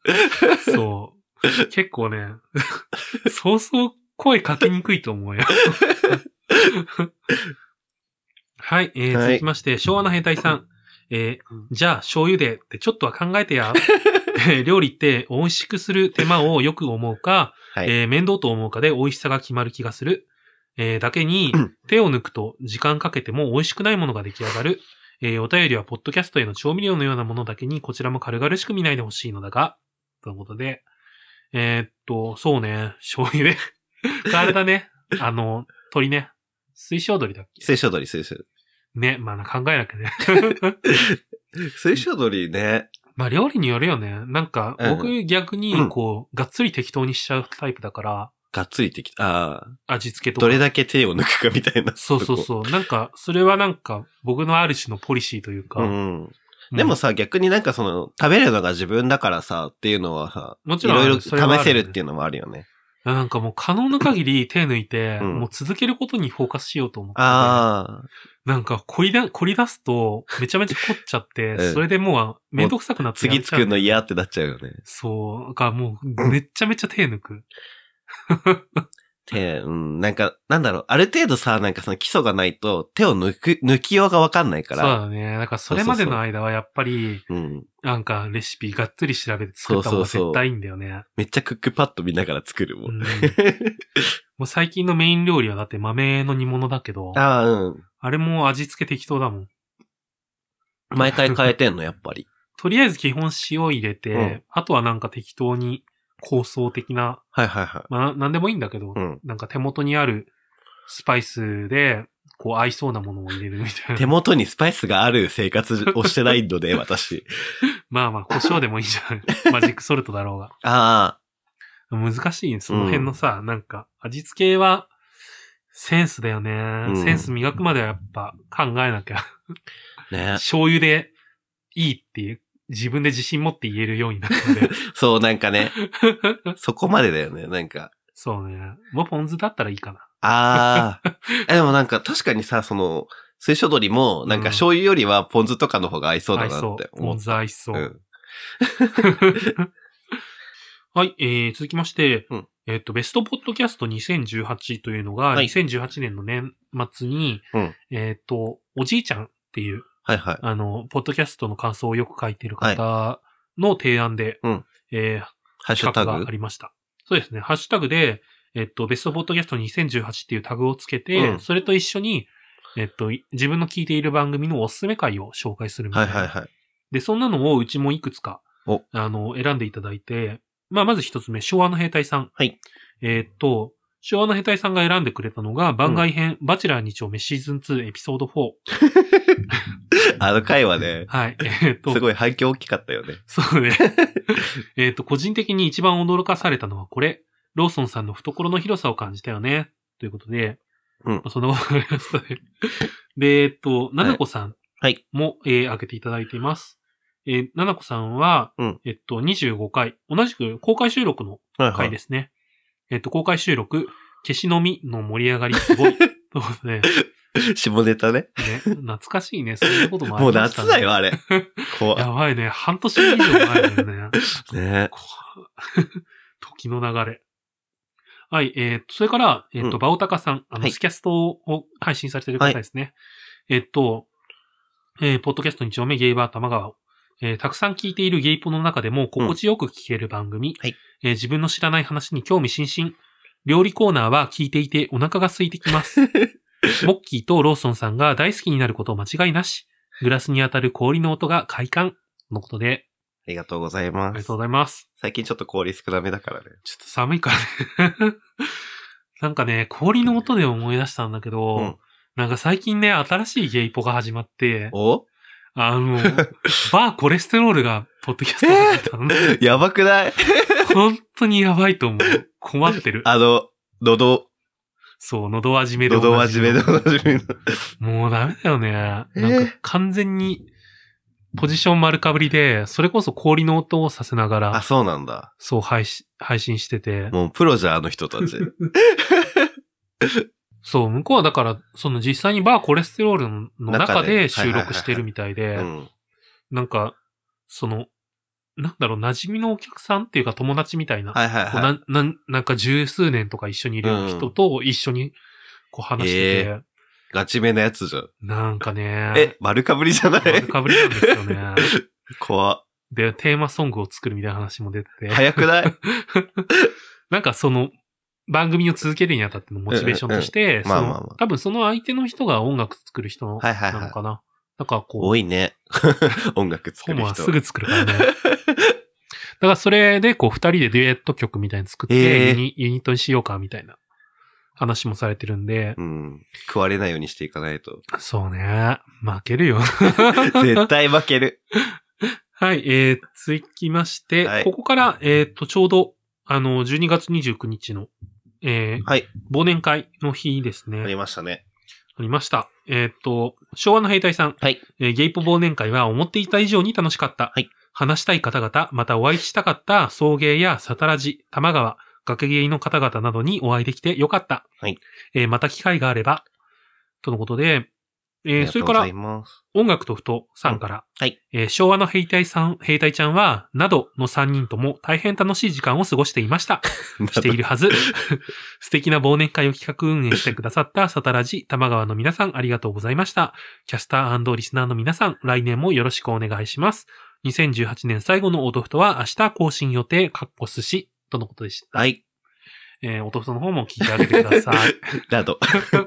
S1: そう。結構ね、そうそう声かけにくいと思うよ。 はい、えー
S2: はい
S1: 続きまして、昭和の兵隊さん。えーじゃあ醤油でってちょっとは考えて や。えー料理って美味しくする手間をよく思うか、
S2: はい
S1: えー面倒と思うかで美味しさが決まる気がする。えーだけに
S2: うん、
S1: 手を抜くと時間かけても美味しくないものが出来上がる。えーお便りはポッドキャストへの調味料のようなものだけに、こちらも軽々しく見ないでほしいのだが、ということで、えーっと、そうね、醤油ね。 あれだね、あの、鳥ね。水晶鳥だっけ
S2: 水晶鳥、水晶鳥。
S1: ね、まあ考えなきゃね。
S2: 水晶鳥ね。
S1: まあ料理によるよね。なんか、
S2: う
S1: 僕逆に、こう、がっつり適当にしちゃうタイプだから、
S2: がっつりてきた。ああ、
S1: 味付けとか。
S2: どれだけ手を抜くかみたいな。
S1: そうそう
S2: う。
S1: そう。なんか、それはなんか、僕のある種のポリシーというか。
S2: うん。
S1: うん
S2: でも、さ、逆になんかその、食べるのが自分だからさ、っていうのはさ、
S1: もち
S2: い
S1: ろん、
S2: ろいろ
S1: それはあ
S2: 試せるっ
S1: い
S2: ていうのもあるよね。
S1: う。なんかもう可能な限り手抜いて、
S2: うん
S1: もう続けることにフォーカスしようと思って。
S2: あ
S1: なんか、凝りだ、凝り出すと、めちゃめちゃ凝っちゃって、
S2: うん
S1: それでもう、めんどくさくなっ
S2: あ、
S1: てやめ
S2: 次
S1: ちゃう
S2: 作るの嫌ってなっちゃうよね。
S1: そう。だからもう、めっちゃめちゃ手抜く。
S2: 手、うん、なんか、なんだろう、ある程度さ、なんかその基礎がないと、手を抜く、抜きようがわかんないか
S1: そう
S2: ら。
S1: だね。だから、それまでの間はやっぱり、
S2: うん。
S1: なんか、レシピがっつり調べて作った方が絶対いいんだよね。
S2: めっちゃクックパッド見ながら作るも。
S1: うんん もう最近のメイン料理はだって豆の煮物だけど、あ
S2: ああ、うん。
S1: れも味付け適当だもん。
S2: 毎回変えてんの、やっぱり。
S1: とりあえず基本塩入れて、
S2: うん
S1: あとはなんか適当に構想的な、
S2: はいはいはい。
S1: まあなんでもいいんだけど、
S2: うん。
S1: なんか手元にあるスパイスで、こう合いそうなものを入れるみたい
S2: 手
S1: な。
S2: 元にスパイスがある生活をしてないの で、私。
S1: まあまあ、胡椒でもいいじ ゃん。マジックソルトだろうが。
S2: あ
S1: 難しいねその辺のさ、なんか、味付けは、センスだよね、
S2: うん
S1: センス磨くまではやっぱ考えなきゃ。
S2: あ、ね。
S1: 醤油でいいっていう、自分で自信持って言えるようになったの で。
S2: そう、なんかね。そこまでだよね、なんか。
S1: そうね。もうポン酢だったらいいかな。
S2: ああ。えでもなんか、確かにさ、その、水晶鳥も、なんか醤油よりはポン酢とかの方が合いそうだ
S1: 合い
S2: な
S1: そ
S2: って
S1: う。ポ
S2: 思っ
S1: ン酢合いそう。
S2: た。うん。
S1: はい、えー、続きまして、
S2: うん
S1: えっ、と、ベストポッドキャスト2018というのが、
S2: はい
S1: 2018年の年末に、
S2: うん
S1: えっ、と、おじいちゃんっていう、
S2: はいはい。
S1: あの、ポッドキャストの感想をよく書いてる方の提案で、
S2: うん
S1: えー
S2: ハッシュ
S1: 企
S2: タ
S1: 画が
S2: グ
S1: あ。りました。そうですね。ハッシュタグで、えっと、ベストポッドキャスト2018っていうタグをつけて、
S2: うん
S1: それと一緒に、えっと、い自分の聞いている番組のおすすめ回を紹介するみた
S2: はいい
S1: な。
S2: はいはい。
S1: で、そんなのをうちもいくつか
S2: お、
S1: あの、選んでいただいて、まあ、まず一つ目、昭和の兵隊さん。
S2: はい。
S1: えっと、昭和の兵隊さんが選んでくれたのが、番外編、バチェラー2丁目シーズン2エピソード4。
S2: あの回はね、
S1: はい。えっと
S2: す、ごい反響大きかったよね。
S1: そうね。 えっと、個人的に一番驚かされたのはこれ。ローソンさんの懐の広さを感じたよね。ということで、
S2: うん
S1: まあそんなことがありましたね。 で、えっと、ななこさん
S2: はい
S1: も、えー、挙げていただいています。えー、ななこさんは、
S2: うん
S1: えっと、25回、同じく公開収録の
S2: はい
S1: 回ですね。えっと、公開収録、消しのみの盛り上がりす ごい。そうですね。ね
S2: 下ネタね。
S1: 懐かしいね。そういうこともあり
S2: もう
S1: ました、
S2: 夏
S1: ね。
S2: だよ、あれ。怖 い。
S1: やばいね。半年以上前だよね。
S2: ね
S1: こう時の流れ。はい、えー、と、それから、えっ、
S2: う
S1: と、
S2: ん
S1: バオタカさん、あの、
S2: はい
S1: スキャストを配信されてる方ですね。えっと、えーポッドキャスト2丁目ゲイバー玉川を、えーたくさん聞いているゲイポの中でも心地よく聞ける番組、
S2: はい
S1: えー自分の知らない話に興味津々、料理コーナーは聞いていてお腹が空いてき ます。モッキーとローソンさんが大好きになること間違いなし、グラスに当たる氷の音が快感、のことで、
S2: ありがとうござい
S1: あ
S2: ま
S1: りが
S2: す
S1: とう。ございます。
S2: 最近ちょっと氷少なめだからね。
S1: ちょっと寒いからね。 なんかね、氷の音で思い出したんだけど、
S2: うん
S1: なんか最近ね、新しいゲイポが始まって、
S2: お
S1: あ の、バーコレステロールが、ポッドキャスト始めたの、
S2: やばくない
S1: 本当にやばいと思う。困ってる。
S2: あの、喉、
S1: そう、喉味めで。
S2: 喉はじめでおなじみの。
S1: もうダメだよね。
S2: え
S1: なんか完全に、ポジション丸かぶりで、それこそ氷の音をさせなが
S2: あ、
S1: ら、
S2: そうなんだ。
S1: そう配信、配信してて。
S2: もうプロじゃん、あの人た ち。
S1: そう、向こうはだから、その実際にバーコレステロールの中
S2: 中
S1: で
S2: で
S1: 収録してるみたいうで、
S2: ん。
S1: なんか、その、なんだろう、馴染みのお客さんっていうか友達みたいな、
S2: はいはい
S1: こう
S2: は。
S1: ないんなんなんか十数年とか一緒にいるような人と一緒にこう話してて、
S2: ガチめなやつじゃん。
S1: なんかね、
S2: え、丸かぶりじゃない
S1: 丸かぶりなんですよ ね。
S2: 怖っ。
S1: で、テーマソングを作るみたいな 話も出てて、
S2: 早くない
S1: なんかその、番組を続けるにあたってのモチベーションとして、
S2: うんうんうん
S1: その
S2: まあまあまあ
S1: 多分その相手の人が音楽作る人なのか
S2: はい
S1: な。
S2: はいはい
S1: だからこう、
S2: 多いね。 音楽作
S1: ホモ
S2: る
S1: は
S2: 人
S1: す。ぐ作る からね。だからそれでこう二人でデュエット曲みたいに作って
S2: へー
S1: ユニ,、ユニットにしようかみたいな話もされてるんで、
S2: うん。食われないようにしていかないと。
S1: そうね、負けるよ。
S2: 絶対負ける。
S1: はい、えー、続きまして、
S2: はい
S1: ここから、えー、と、ちょうど、あの、12月29日の、えー
S2: はい。
S1: 忘年会の日ですね。
S2: ありましたね。
S1: ありました。えーっと、昭和の兵隊さん。
S2: はい
S1: えーゲイポ忘年会は思っていた以上に楽しかった。
S2: はい
S1: 話したい方々、またお会いしたかった送迎やサタラジ、玉川、学芸の方々などにお会いできてよかった。
S2: はい
S1: えーまた機会があれば、とのことで、えー
S2: ありが
S1: そ
S2: と
S1: れ
S2: う
S1: か
S2: ござ
S1: ら
S2: い、ます
S1: 音楽とふとさんから、
S2: うんはい
S1: えー昭和の兵隊さん、兵隊ちゃんは、などの3人とも大変楽しい時間を過ごしていました。 しているはず。 素敵な忘年会を企画運営してくださったサタラジ、玉川の皆さんありがとうございました。キャスターリスナーの皆さん、来年もよろしくお願いします。2018年最後のオトフトは明日更新予定、かっこ寿司、とのことでした。
S2: はい。
S1: えー、オトフトの方も聞いてあげてください。
S2: など。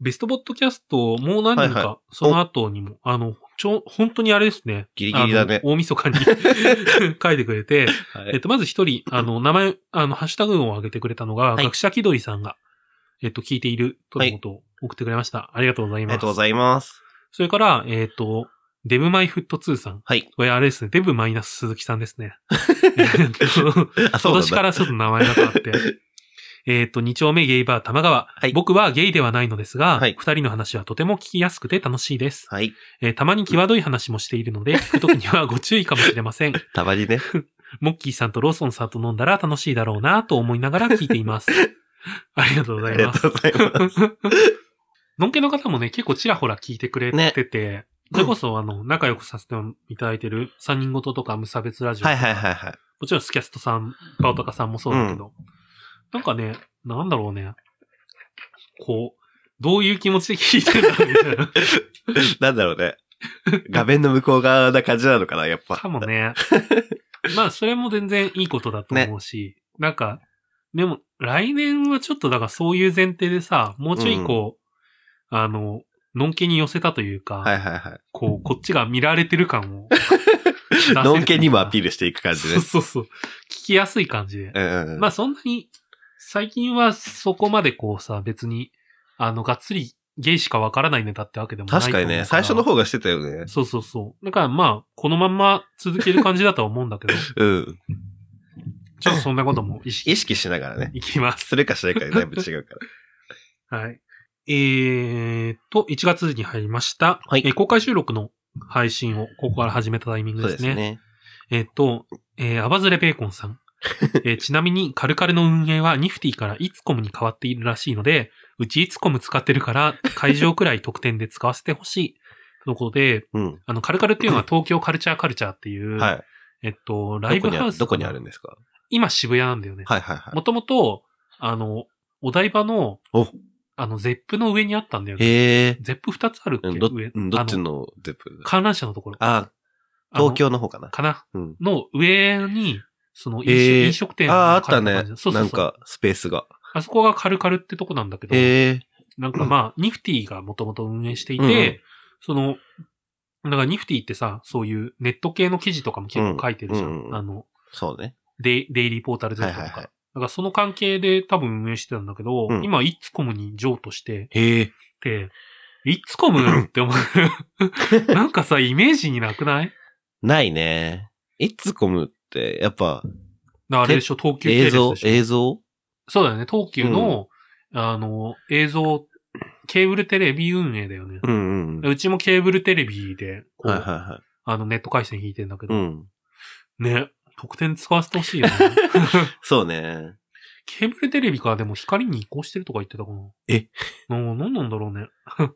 S1: ベストポッドキャスト、もう何人
S2: はい
S1: か、その後にも、あの、ちょ、本当にあれですね。
S2: ギリギリだね
S1: あの大晦日に 書いてくれて、
S2: はい
S1: えっと、まず一人、あ の、名前、あの、ハッシュタグを上げてくれたのが、
S2: はい
S1: 学者気取りさんが、えっと、聞いているということを送ってくれました。ありがとうござい
S2: あり
S1: ます。
S2: がとうございます。
S1: それから、えっと、デブマイフット2さん。
S2: はい。
S1: これあれですね、デブマイナス鈴木さん ですね。えっと
S2: あ、そ
S1: 今
S2: うなん
S1: 年か
S2: だ。
S1: らちょっと名前が変わ って。えっと、二丁目ゲイバー玉川。
S2: い
S1: 僕はゲイではないのですが、二、
S2: はい
S1: 人の話はとても聞きやすくて楽しいです。
S2: はい。
S1: えーたまに際どい話もしているので、聞くときにはご注意かもしれません。
S2: たまにね。
S1: モッキーさんとローソンさんと飲んだら楽しいだろうなと思いながら聞いてい ます。ありがとうご
S2: あ
S1: ざい
S2: り
S1: ま
S2: が
S1: す。
S2: とうございます。
S1: のんけの方もね、結構ちらほら聞いてくれてて、それこそ、あの、仲良くさせていただいてる三人ごととか無差別ラジオとか、
S2: はいはいはいはい。
S1: もちろんスキャストさん、バオタカさんもそうだけど、なんかね、なんだろうね、こう、どういう気持ちで聞いてるんだろうみたいな。
S2: なんだろうね。画面の向こう側な感じなのかな、やっぱ。
S1: かも ね。まあ、それも全然いいことだと思うし、なんか、でも、来年はちょっと、だからそういう前提でさ、もうちょいこう、あの、のんけに寄せたというか、
S2: はいはいはい。
S1: こう、こっちが見られてる感 を
S2: のんけにもアピ
S1: ー
S2: ールしていく感じ
S1: そう
S2: ね。
S1: そうそう。聞きやすい感じで。
S2: うんうんうん。
S1: まあ、そんなに、最近はそこまでこうさ、別に、あの、がっつりゲイしかわからないネタってわけでもない
S2: 確かにね、
S1: と思
S2: 最
S1: う
S2: 初の方がしてたよね。
S1: そうそうそう。だからまあ、このまんま続ける感じだとは思うんだけ ど、
S2: うん。
S1: ちょっとそんなことも意識
S2: 意識しながらね。
S1: いきます。
S2: するかしないかでだいぶ 違うから。
S1: はい。えーっと、1月に入りました。
S2: はい
S1: えー公開収録の配信をここから始めたタイミング
S2: そう
S1: で
S2: です
S1: ね。
S2: すね。
S1: えーっと、えー、アバズレベーコンさ ん。えーちなみに、カルカルの運営はニフティからイツコムに変わっているらしいので、うちイツコム使ってるから、会場くらい特典で使わせてほしい。とのことで、
S2: うん。
S1: あの、カルカルっていうのは東京カルチャーカルチャーっていう、
S2: はい。
S1: えっと、ライ
S2: どこ
S1: ブ
S2: に
S1: ハ
S2: あ
S1: ウス。
S2: どこにあるんですか
S1: 今渋谷なんだよね。
S2: はいはいはい。
S1: もともと、あの、お台場の
S2: お、
S1: あの、ゼップの上にあったんだよね。
S2: へえ。
S1: ゼップ二つあるっけ
S2: うんど
S1: 上
S2: うんどっち
S1: あの
S2: のゼップ
S1: 観覧車のところ。
S2: あ、
S1: あの
S2: 東京の方かな。
S1: かな
S2: うん。
S1: の上に、その飲食,、
S2: えー
S1: 飲食店
S2: ああー、あっ
S1: の
S2: た
S1: 感じ
S2: ね
S1: そうそう。そう
S2: なんか、スペースが。
S1: あそこがカルカルってとこなんだけど、
S2: へえ。
S1: なんかまあ、ニフティがもともと運営していて、
S2: うんうん
S1: その、なんかニフティってさ、そういうネット系の記事とかも結構書いてるじゃん。
S2: うんうんうん
S1: あの、
S2: そうね。
S1: デイデイリーポータル Z とか。
S2: はいはいはい
S1: だからその関係で多分運営してたんだけど、
S2: うん
S1: 今、イッツコムに譲渡して
S2: へえ。
S1: て、イッツコムって思 う。なんかさ、イメージになくない
S2: ないね。いつコムって、やっぱ、
S1: だからあれでしょ、東急系
S2: 映
S1: 列
S2: 像
S1: で、しょ。
S2: 映像
S1: そうだよね、東急の、あの、映像、ケーブルテレビ運営だよね。
S2: うんうんうん。
S1: うちもケーブルテレビで、こう、
S2: はいはいは
S1: あの、ネット回線引いてんだけ
S2: い。う
S1: ど、
S2: ん。
S1: ね、特典使わせてほしいよね。
S2: そうね。
S1: ケーブルテレビからでも光に移行してるとか言ってたかな。
S2: え
S1: ななんなんだろうね。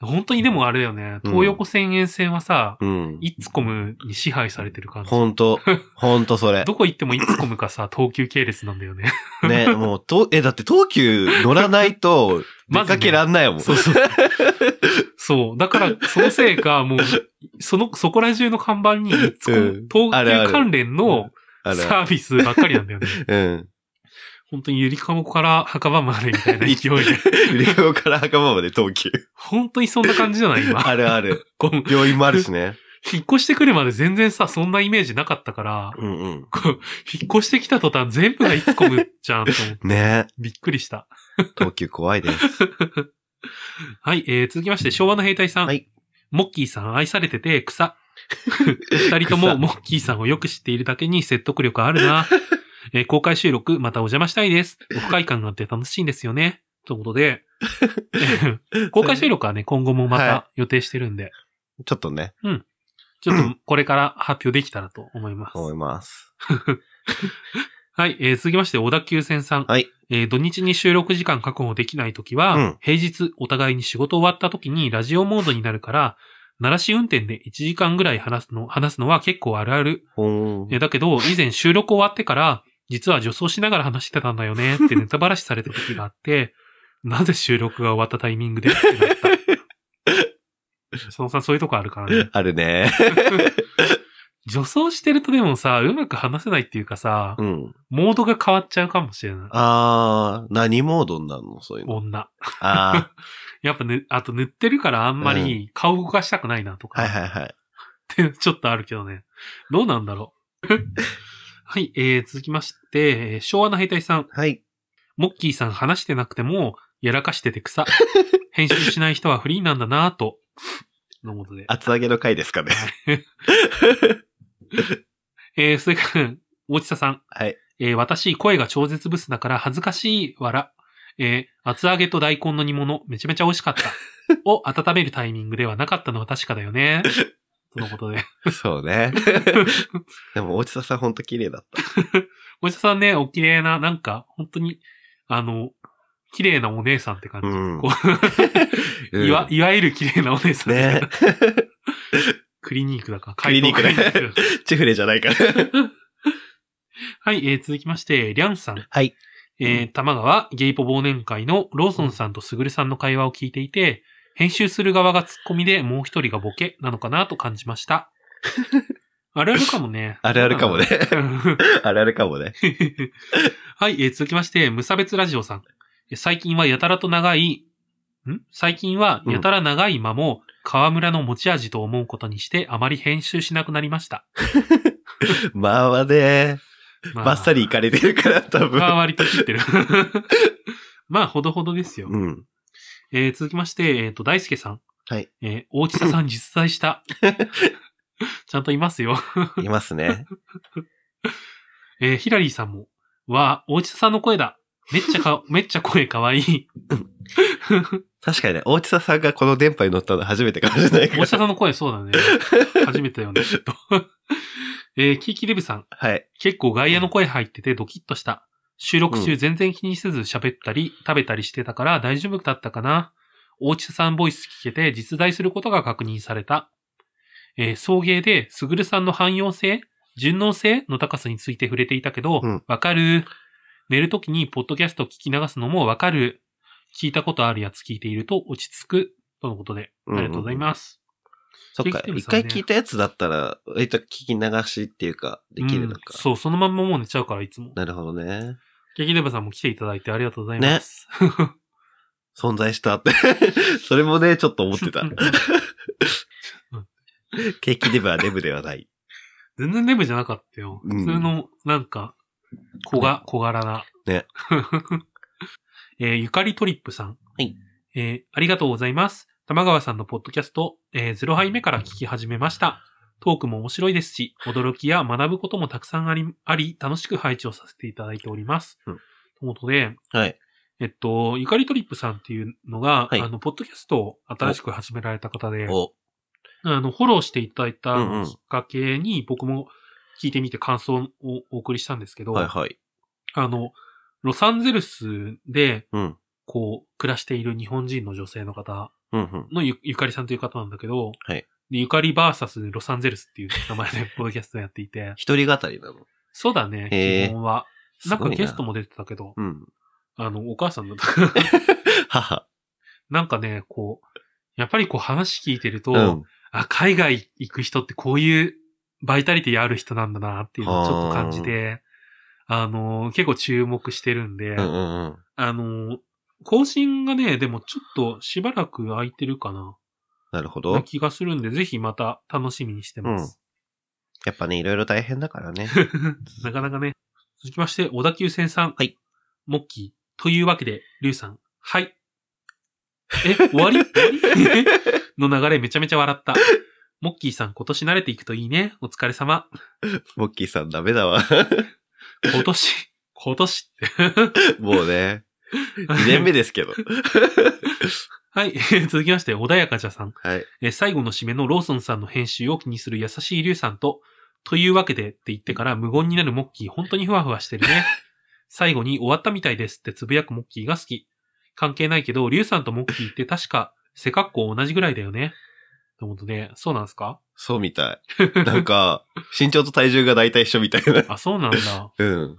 S1: 本当にでもあれだよね。
S2: うん
S1: 東横線沿線はさ、
S2: うん。
S1: イッツコムに支配されてる感じ。
S2: ほん と、ほんとそれ。
S1: どこ行ってもイッツコムか さ、東急系列なんだよね。
S2: ね、もう、と、え、だって東急乗らないと、
S1: ま
S2: 出
S1: ずね
S2: かけらんないもん。
S1: そうそう。 そう。だから、そのせいか、もう、その、そこら中の看板に、イッツコム
S2: うんある
S1: 東
S2: ある
S1: 急関連の
S2: あれ。
S1: サービスばっかりなんだ よね。
S2: うん。
S1: 本当にゆりかもから墓場までみたいな勢い で。
S2: リカゴから墓場まで東急。
S1: 本当にそんな感じじゃない今。
S2: あるある。
S1: こう
S2: 病院もあるしね。
S1: 引っ越してくるまで全然さ、そんなイメージなかったから、
S2: うんうん。
S1: こう引っ越してきた途端全部がいつこむじゃんと思って
S2: ね
S1: びっくりした。
S2: 東急怖いです。
S1: はい、えー、続きまして、昭和の兵隊さん。
S2: はい
S1: モッキーさん愛されてて草。 二人とも
S2: 草
S1: モッキーさんをよく知っているだけに説得力ある な。えー公開収録、またお邪魔したいです。オフ会感があって楽しいんですよね。ということで、 えー公開収録はね、今後もま
S2: は
S1: た予定してるんで、
S2: ちょっとね、
S1: ちょっとこれから発表できたらと思います。
S2: 思います。
S1: はい、えー続きまして、小田急線さん。
S2: はい
S1: えー土日に収録時間確保できないときは、
S2: うん
S1: 平日お互いに仕事終わったときにラジオモードになるから、鳴らし運転で1時間ぐらい話すの、話すのは結構あるある。
S2: ほー
S1: えーだけど、以前収録終わってから、実は女装しながら話してたんだよねってネタバラシされたときがあって、 なぜ収録が終わったタイミングでってな った。そのさん、そういうとこあるからね。
S2: あるね。
S1: 女装してるとでもさ、うまく話せないっていうかさ、
S2: うん。
S1: モードが変わっちゃうかもしれない。
S2: あー、何モードになるのそういうの。
S1: 女。
S2: あ
S1: やっぱね、あと塗ってるからあんまり顔動かしたくないなと
S2: ー、
S1: か、
S2: はいはいはい。
S1: ってちょっとあるけどね。どうなんだろう。 はい、えー、続きまして、えー昭和の兵隊さん、
S2: はい。
S1: モッキーさん話してなくても、やらかしてて 草。編集しない人はフリーなんだなぁと。のことで。
S2: 厚揚げの回ですかね。
S1: えー、それから、大地田さん。
S2: はい。
S1: えー私、声が超絶ブスだから恥ずかしいわら。えー厚揚げと大根の煮物、めちゃめちゃ美味しかった。 を温めるタイミングではなかったのは確かだよね。 とのことで。
S2: そう ね。でも、大地田さんほんと綺麗だった。
S1: お医者さんね、お綺麗な、なんか、本当に、あの、綺麗なお姉さんって感じ。
S2: うん
S1: こう
S2: うん
S1: いわいわゆる綺麗なお姉さん。
S2: ね
S1: クリニークだから。
S2: クリニークだ
S1: 怪盗クリニークだ
S2: チフレじゃないから。
S1: はい、えー続きまして、リャンさん。
S2: はい。
S1: えー、玉川ゲイポ忘年会のローソンさんとスグルさんの会話を聞いていて、編集する側がツッコミでもう一人がボケなのかなと感じま した。あるあるかもね。
S2: あるあるかもね。
S1: うん。
S2: あるあるかもね。
S1: はい、えー続きまして、無差別ラジオさん。えー最近はやたらと長い、ん最近はやたら長い間も、河村の持ち味と思うことにして、あまり編集しなくなりました。
S2: まあまあね。
S1: まあ
S2: バッサリいかれてるから、多
S1: まあ
S2: 分。
S1: 割と知って る。まあ、ほどほどですよ。
S2: うん。
S1: えー続きまして、えっ、と、大輔さん。
S2: はい。
S1: えー大地田さん実在した。 ちゃんといますよ。
S2: いますね。
S1: えーヒラリーさんも。わあ、大地田さんの声だ。めっちゃか、めっちゃ声かわいい。
S2: 確かにね、大地さんがこの電波に乗ったの初めてかもしれないか
S1: 大
S2: ら
S1: 地田。さんの声そうだ ね。初めてだよね、きっと。 えーキーキデブさん。
S2: はい。
S1: 結構外野の声入っててドキッとした。収録中全然気にせず喋ったり、食べたりしてたから大丈夫だったかな。大地さんボイス聞けて実在することが確認された。えー送迎で、すぐるさんの汎用性順応性の高さについて触れていたけど、わ、
S2: うん
S1: かる。寝るときにポッドキャスト聞き流すのもわかる。聞いたことあるやつ聞いていると落ち着く。とのことで、あ
S2: うん
S1: りがとうございます。
S2: そっか、
S1: キーキー
S2: 一
S1: さんね
S2: 回聞いたやつだったら、えっと、聞き流しっていうか、できるの
S1: うん
S2: か。
S1: そう、そのまんまもう寝ちゃうから、いつも。
S2: なるほどね。
S1: ケーキデブさんも来ていただいてありがとうございます。
S2: 存在したって。 それもね、ちょっと思 ってた。ケーキデブはデブではない。
S1: 全然デブじゃなかったよ。
S2: うん
S1: 普通の、なんか、小が、小柄な。
S2: ね。
S1: えーゆかりトリップさん。
S2: はい。
S1: えーありがとうございます。玉川さんのポッドキャスト、えー、0杯目から聞き始めました。トークも面白いですし、驚きや学ぶこともたくさんあり、あり、楽しく配置をさせていただいております。
S2: うん
S1: ということで、
S2: はい。
S1: えっと、ゆかりトリップさんっていうのが、
S2: はい
S1: あの、ポッドキャストを新しく始められた方で、
S2: お、
S1: あの、フォローしていただいた
S2: うんうん
S1: きっかけに、僕も聞いてみて感想をお送りしたんですけど、
S2: はいはい。
S1: あの、ロサンゼルスで、
S2: うん。
S1: こう、暮らしている日本人の女性の方
S2: うんうん。
S1: のゆゆかりさんという方なんだけど、
S2: はい
S1: でゆかりバーサスロサンゼルスっていう名前で ポッドキャストやっていて、
S2: 一人語りなの。
S1: そうだね、
S2: へー
S1: 基本は。
S2: す
S1: なん
S2: ご
S1: か
S2: いな
S1: ゲストも出てたけど、
S2: うん。
S1: あの、お母さんだったから、
S2: 母。
S1: なんかね、こう、やっぱりこう話聞いてると、
S2: うん。
S1: あ、海外行く人ってこういうバイタリティある人なんだなっていうのをちょっと感じて、あのー、結構注目してるんで、
S2: うんうんうん。
S1: あのー、更新がね、でもちょっとしばらく空いてるかな、
S2: なるほど。
S1: 気がするんで、ぜひまた楽しみにしてます。
S2: やっぱね、いろいろ大変だから ね。
S1: なかなかね。続きまして、小田急線さん。
S2: はい。
S1: モッキー。というわけで、りゅうさん。はい。え、終わり終わり の流れめちゃめちゃ笑った。モッキーさん、今年慣れていくといいね。お疲れ様。
S2: モッキーさんダメだ わ。
S1: 今年、今年って。
S2: もうね、2年目ですけど。
S1: はい。 続きまして、穏やかじゃさん。
S2: はい。
S1: えー最後の締めのローソンさんの編集を気にする優しいリュウさんと、というわけでって言ってから無言になるモッキー、本当にふわふわしてるね。 最後に終わったみたいですってつぶやくモッキーが好き。関係ないけど、リュウさんとモッキーって確か背格好同じぐらいだよね。ということで、そうなんですか
S2: そうみたい。なんか、身長と体重が大体一緒みたいな。
S1: あ、そうなん だ。
S2: うん。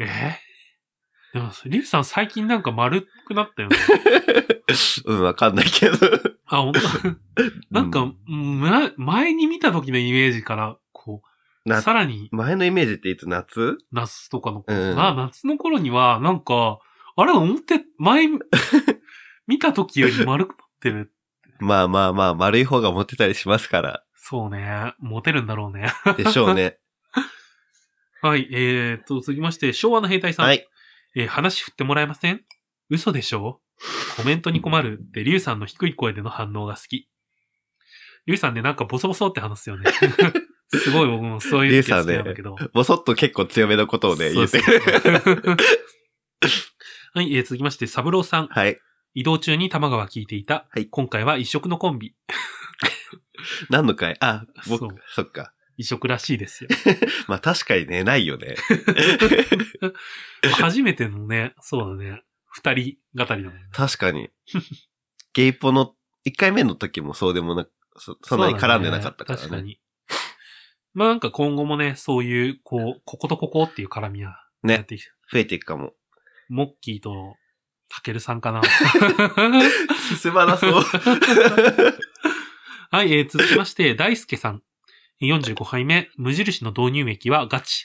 S1: えーでも、リュウさん最近なんか丸くなったよね。
S2: うん、わかんないけど。
S1: あ、本当なんか、うんま前に見た時のイメージから、こう、
S2: な
S1: さらに
S2: 前のイメージっていつ夏
S1: 夏とかの、
S2: うん
S1: まあ夏の頃には、なんか、あれ思って、前、 見た時より丸くなってる。
S2: まあまあまあ、丸い方が持ってたりしますから。
S1: そうね。モテるんだろうね。
S2: でしょう ね。
S1: はい。えー、と、続きまして、昭和の兵隊さん。
S2: はい。
S1: えー話振ってもらえません嘘でしょコメントに困るって、リュウさんの低い声での反応が好き。リュウさんね、なんかボソボソって話すよね。 すごい僕もそういう好きなんだけど。
S2: ぼそっと結構強めのことをね、言ってく
S1: そう
S2: る。
S1: そうそう はい、えー続きまして、サブローさん。
S2: はい。
S1: 移動中に玉川聞いていた。
S2: はい
S1: 今回は異色のコンビ。
S2: 何の回あ、僕
S1: そう、
S2: そっか。
S1: 異色らしい ですよ。
S2: まあ確かにね、ないよね。
S1: 初めてのね、そうだね。二人語りだもんね。
S2: 確かに。ゲイポの1回目の時もそうでもなく、そそんなに絡んでなかったからね。
S1: そうだ確かに。まあなんか今後もね、そういう、こう、こことここっていう絡みは、
S2: ね
S1: やっていき
S2: 増えていくかも。
S1: モッキーと、たけるさんかな。
S2: 進まなそう。
S1: はい、えー続きまして、大輔さん。45杯目、無印の導入液はガチ。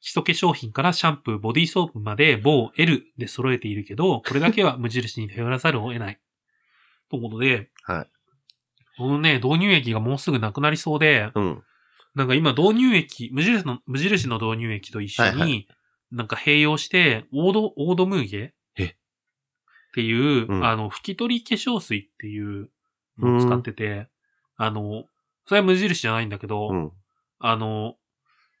S1: 基礎化粧品からシャンプー、ボディーソープまで某 L で揃えているけど、これだけ は無印に頼らざるを得ない。ということで、
S2: はい。
S1: このね、導入液がもうすぐなくなりそうで、
S2: うん。
S1: なんか今導入液、無印の、無印の導入液と一緒に、
S2: はいは
S1: なんか併用して、オード、オードムーゲ
S2: え
S1: っていう、
S2: うん
S1: あの、拭き取り化粧水っていうのを使ってて、あの、それは無印じゃないんだけど、
S2: うん。
S1: あの、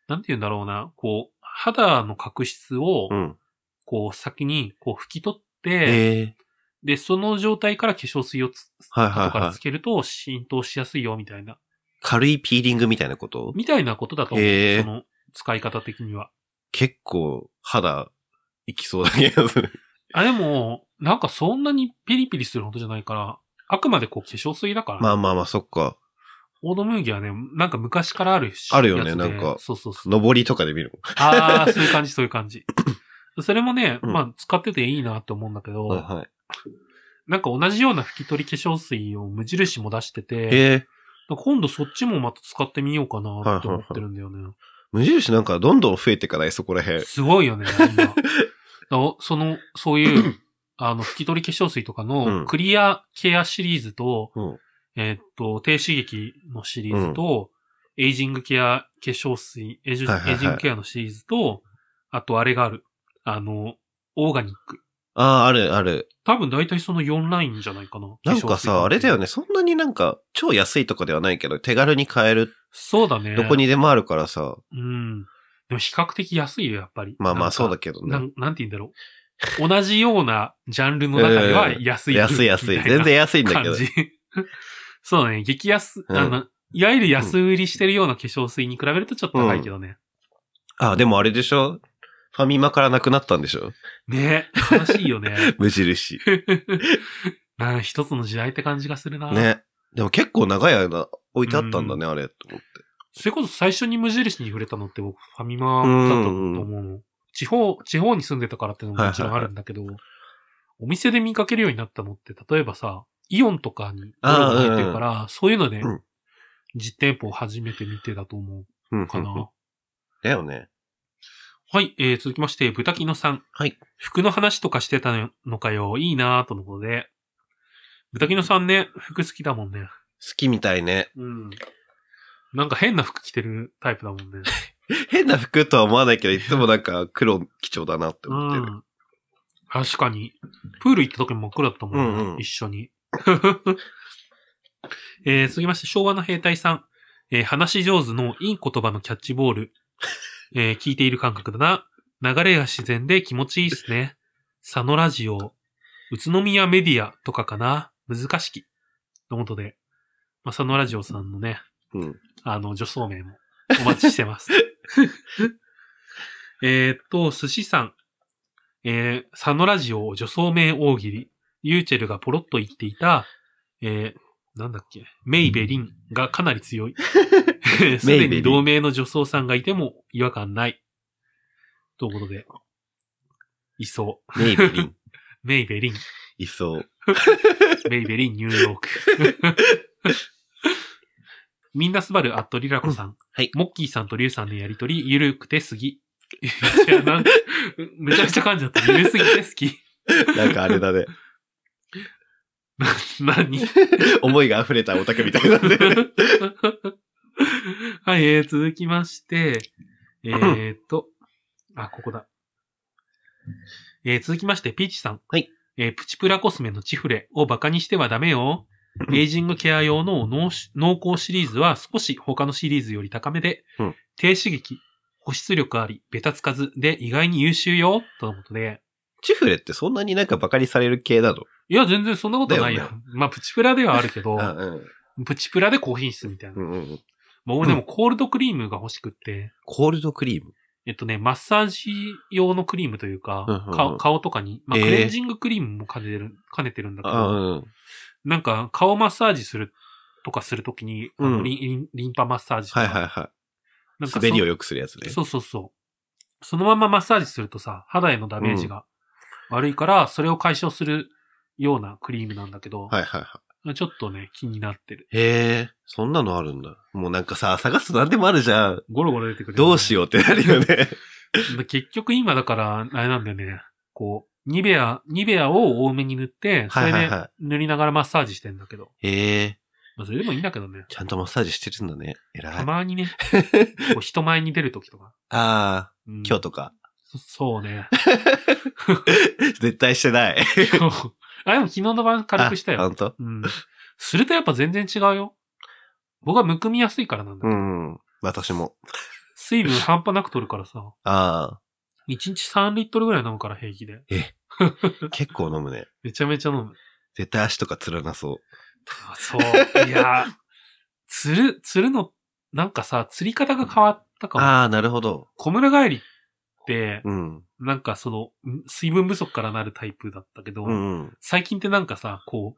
S1: なんて言うんだろうな、こう、肌の角質を
S2: う、ん。
S1: こう先に、こう拭き取って、
S2: ええ
S1: で、その状態から化粧水をつ、
S2: はいはいはい
S1: 後からつけると浸透しやすいよ、みたいな。
S2: 軽いピーリングみたいなこと
S1: みたいなことだと思う。
S2: へー
S1: その使い方的には。
S2: 結構肌いきそうだけど。
S1: あ、でも、なんかそんなにピリピリするほどじゃないから、あくまでこう化粧水だから、
S2: まあまあまあ、そっか。
S1: オードムーギはね、なんか昔からあるし
S2: あるよね
S1: やつで
S2: なんか
S1: そうそうそう。
S2: 上りとかで見る
S1: ああ、そういう感じ、そういう感 じ。それもね、
S2: うん
S1: まあ使ってていいなって思うんだけど、
S2: もん。はいはい。
S1: なんか同じような拭き取り化粧水を無印も出してて、
S2: ええ
S1: 今度そっちもまた使ってみようかなって思ってるんだよね。
S2: 無印なんかどんどん増えてかないそこら辺。
S1: すごいよね、今。だ からその、そう いう、あの、拭き取り化粧水とか
S2: う
S1: の、
S2: ん
S1: クリアケアシリーズと、
S2: うん。
S1: えーっと、低刺激のシリーズと、エイジングケア化粧水、エイジ,、
S2: はいはいはい
S1: エイジングケアのシリーズと、あとあれがある。あの、オーガニック。
S2: ああ、あるある。
S1: 多分大体その4ラインじゃないかな。
S2: なんかさ、あれだよ
S1: ね。
S2: ね。そんなになんか超安いとかではないけど、手軽に買える。
S1: そうだね。
S2: どこにでもあるからさ。
S1: うん。でも比較的安いよ、やっぱり。
S2: まあまあそう
S1: だ
S2: だけど
S1: な
S2: ね。
S1: ん、なんて言うんだろう。同じようなジャンルの中では安い。
S2: 安い安い。全然安いんだけ
S1: 感
S2: ど。
S1: じ。 そうだね。激安、
S2: うん
S1: あの、いわゆる安売りしてるような化粧水に比べるとちょっと高いけどね。
S2: あ、でもあれでしょファミマからなくなったんでしょ
S1: ね悲しいよね。
S2: 無 印。
S1: なんか一つの時代って感じがするな。。
S2: ね。でも結構長い間置いてあったんだね、あれ。と思って。
S1: それこそ最初に無印に触れたのって僕、ファミマだったと思うの。地方、地方に住んでたからっていうのももちろんあるんだけど、お店で見かけるようになったのって、例えばさ、イオンとかにドラゴン入ってるから、そういうので、
S2: うん
S1: 実店舗を初めて見てだと思
S2: うんうん
S1: うかな。
S2: だよね。
S1: はい、えー、続きまして、ブタキノさん。
S2: はい。
S1: 服の話とかしてたのかよ、いいなぁとのことで。ブタキノさんね、服好きだもんね。
S2: 好きみたいね。
S1: うん。なんか変な服着てるタイプだもんね。
S2: 変な服とは思わないけど、いつもなんか黒貴重だなって
S1: う
S2: 思ってる。
S1: ん。確かに。プール行った時も真っ黒だったもんね。
S2: うんうん
S1: 一緒に。 えー、続きまして、昭和の兵隊さん。えー話し上手のいい言葉のキャッチボール。 えー聞いている感覚だな。流れが自然で気持ちいいっすね。佐野ラジオ、宇都宮メディアとかかな。難しき。のことで、まあ、佐野ラジオさんのね、
S2: うん。
S1: あの、女装名もお待ちしてます。 えーっと、寿司さん。えー、佐野ラジオ女装名大喜利。ユーチェルがポロッと言っていた、えー、なんだっけ、メイベリンがかなり強い。 すでに同盟の女装さんがいても違和感ない。ということで。いそう。
S2: ネイビリン。
S1: メイベリン。
S2: いそう。
S1: メイベリン、ニューヨーク。 みんなすばる、あっとりらこさん。
S2: はい
S1: モッキーさんとリュウさんのやりとり、ゆるくてすぎ。いや、なんか、めちゃくちゃ噛んじゃった。ゆるすぎて好き。
S2: なんかあれだね。
S1: 何
S2: 思いが溢れたオタクみたいなんで。
S1: はい、えー、続きまして、えーっ と、あ、ここだ。えー、続きまして、ピーチさん。
S2: はい。
S1: えープチプラコスメのチフレをバカにしてはダメ よ。エイジングケア用の濃し濃厚シリーズは少し他のシリーズより高めで、
S2: うん
S1: 低刺激、保湿力あり、ベタつかずで意外に優秀よ、とのことで。
S2: チフレってそんなになんかバカにされる系なの
S1: いや、全然そんなことない
S2: だ
S1: よ
S2: よ。
S1: まあ、プチプラではあるけど、
S2: あ うん
S1: プチプラで高品質みたいな。
S2: うんうん。
S1: もうでもコールドクリームが欲しくって、
S2: コールドクリーム。
S1: えっとね、マッサージ用のクリームというか、
S2: うんうんうん
S1: 顔顔とかに、まあ、
S2: えー
S1: クレンジングクリームも兼ねてる、兼ねてるんだけ
S2: あう
S1: ど、
S2: んうん。
S1: なんか顔マッサージするとかするときに、あ
S2: う
S1: の
S2: ん
S1: リンリンリンパマッサージとか、
S2: はいはいは
S1: なん
S2: い。
S1: かそ
S2: 滑りを良くするやつね。
S1: そうそうそう。そのままマッサージするとさ、肌へのダメージが悪いから、それを解消するようなクリームなんだけど、
S2: はいはいは
S1: ちょっとね、気になってる。
S2: い。へえ、そんなのあるんだ。もうなんかさ、探すと何でもあるじゃん。
S1: ゴロゴロ出てくる、
S2: どうしようってなるよね。
S1: で結局今だから、あれなんだよね。こう、ニベア、ニベアを多めに塗って、そ
S2: は
S1: れ
S2: いは
S1: で
S2: いは
S1: 塗りながらマッサージしてんだけど。
S2: へえ。
S1: まあ、それでもいいんだけどね。
S2: ちゃんとマッサージしてるんだね。偉
S1: た
S2: い。
S1: ま にね、こう人前に出るときとか。
S2: ああ、
S1: うん
S2: 今日とか。
S1: そそうね。
S2: 絶対してない。
S1: あ、でも昨日の晩軽くした
S2: あ
S1: よ。
S2: 本当
S1: うん。するとやっぱ全然違うよ。僕はむくみやすいからなんだ。
S2: うん。私も。
S1: 水分半端なく取るからさ。
S2: あ
S1: 1日3リットルぐらい飲むから平気で。
S2: あ、結構飲むね。
S1: めちゃめちゃ飲む。
S2: 絶対足とかつらなそ
S1: あそう。いや、釣る、釣るの、なんかさ、釣り方が変わった
S2: う。
S1: かも。
S2: ああ、なるほど。
S1: 小村帰りって、
S2: うん。
S1: なんかその、ん水分不足からなるタイプだったけど、
S2: うんうん。
S1: 最近ってなんかさ、こ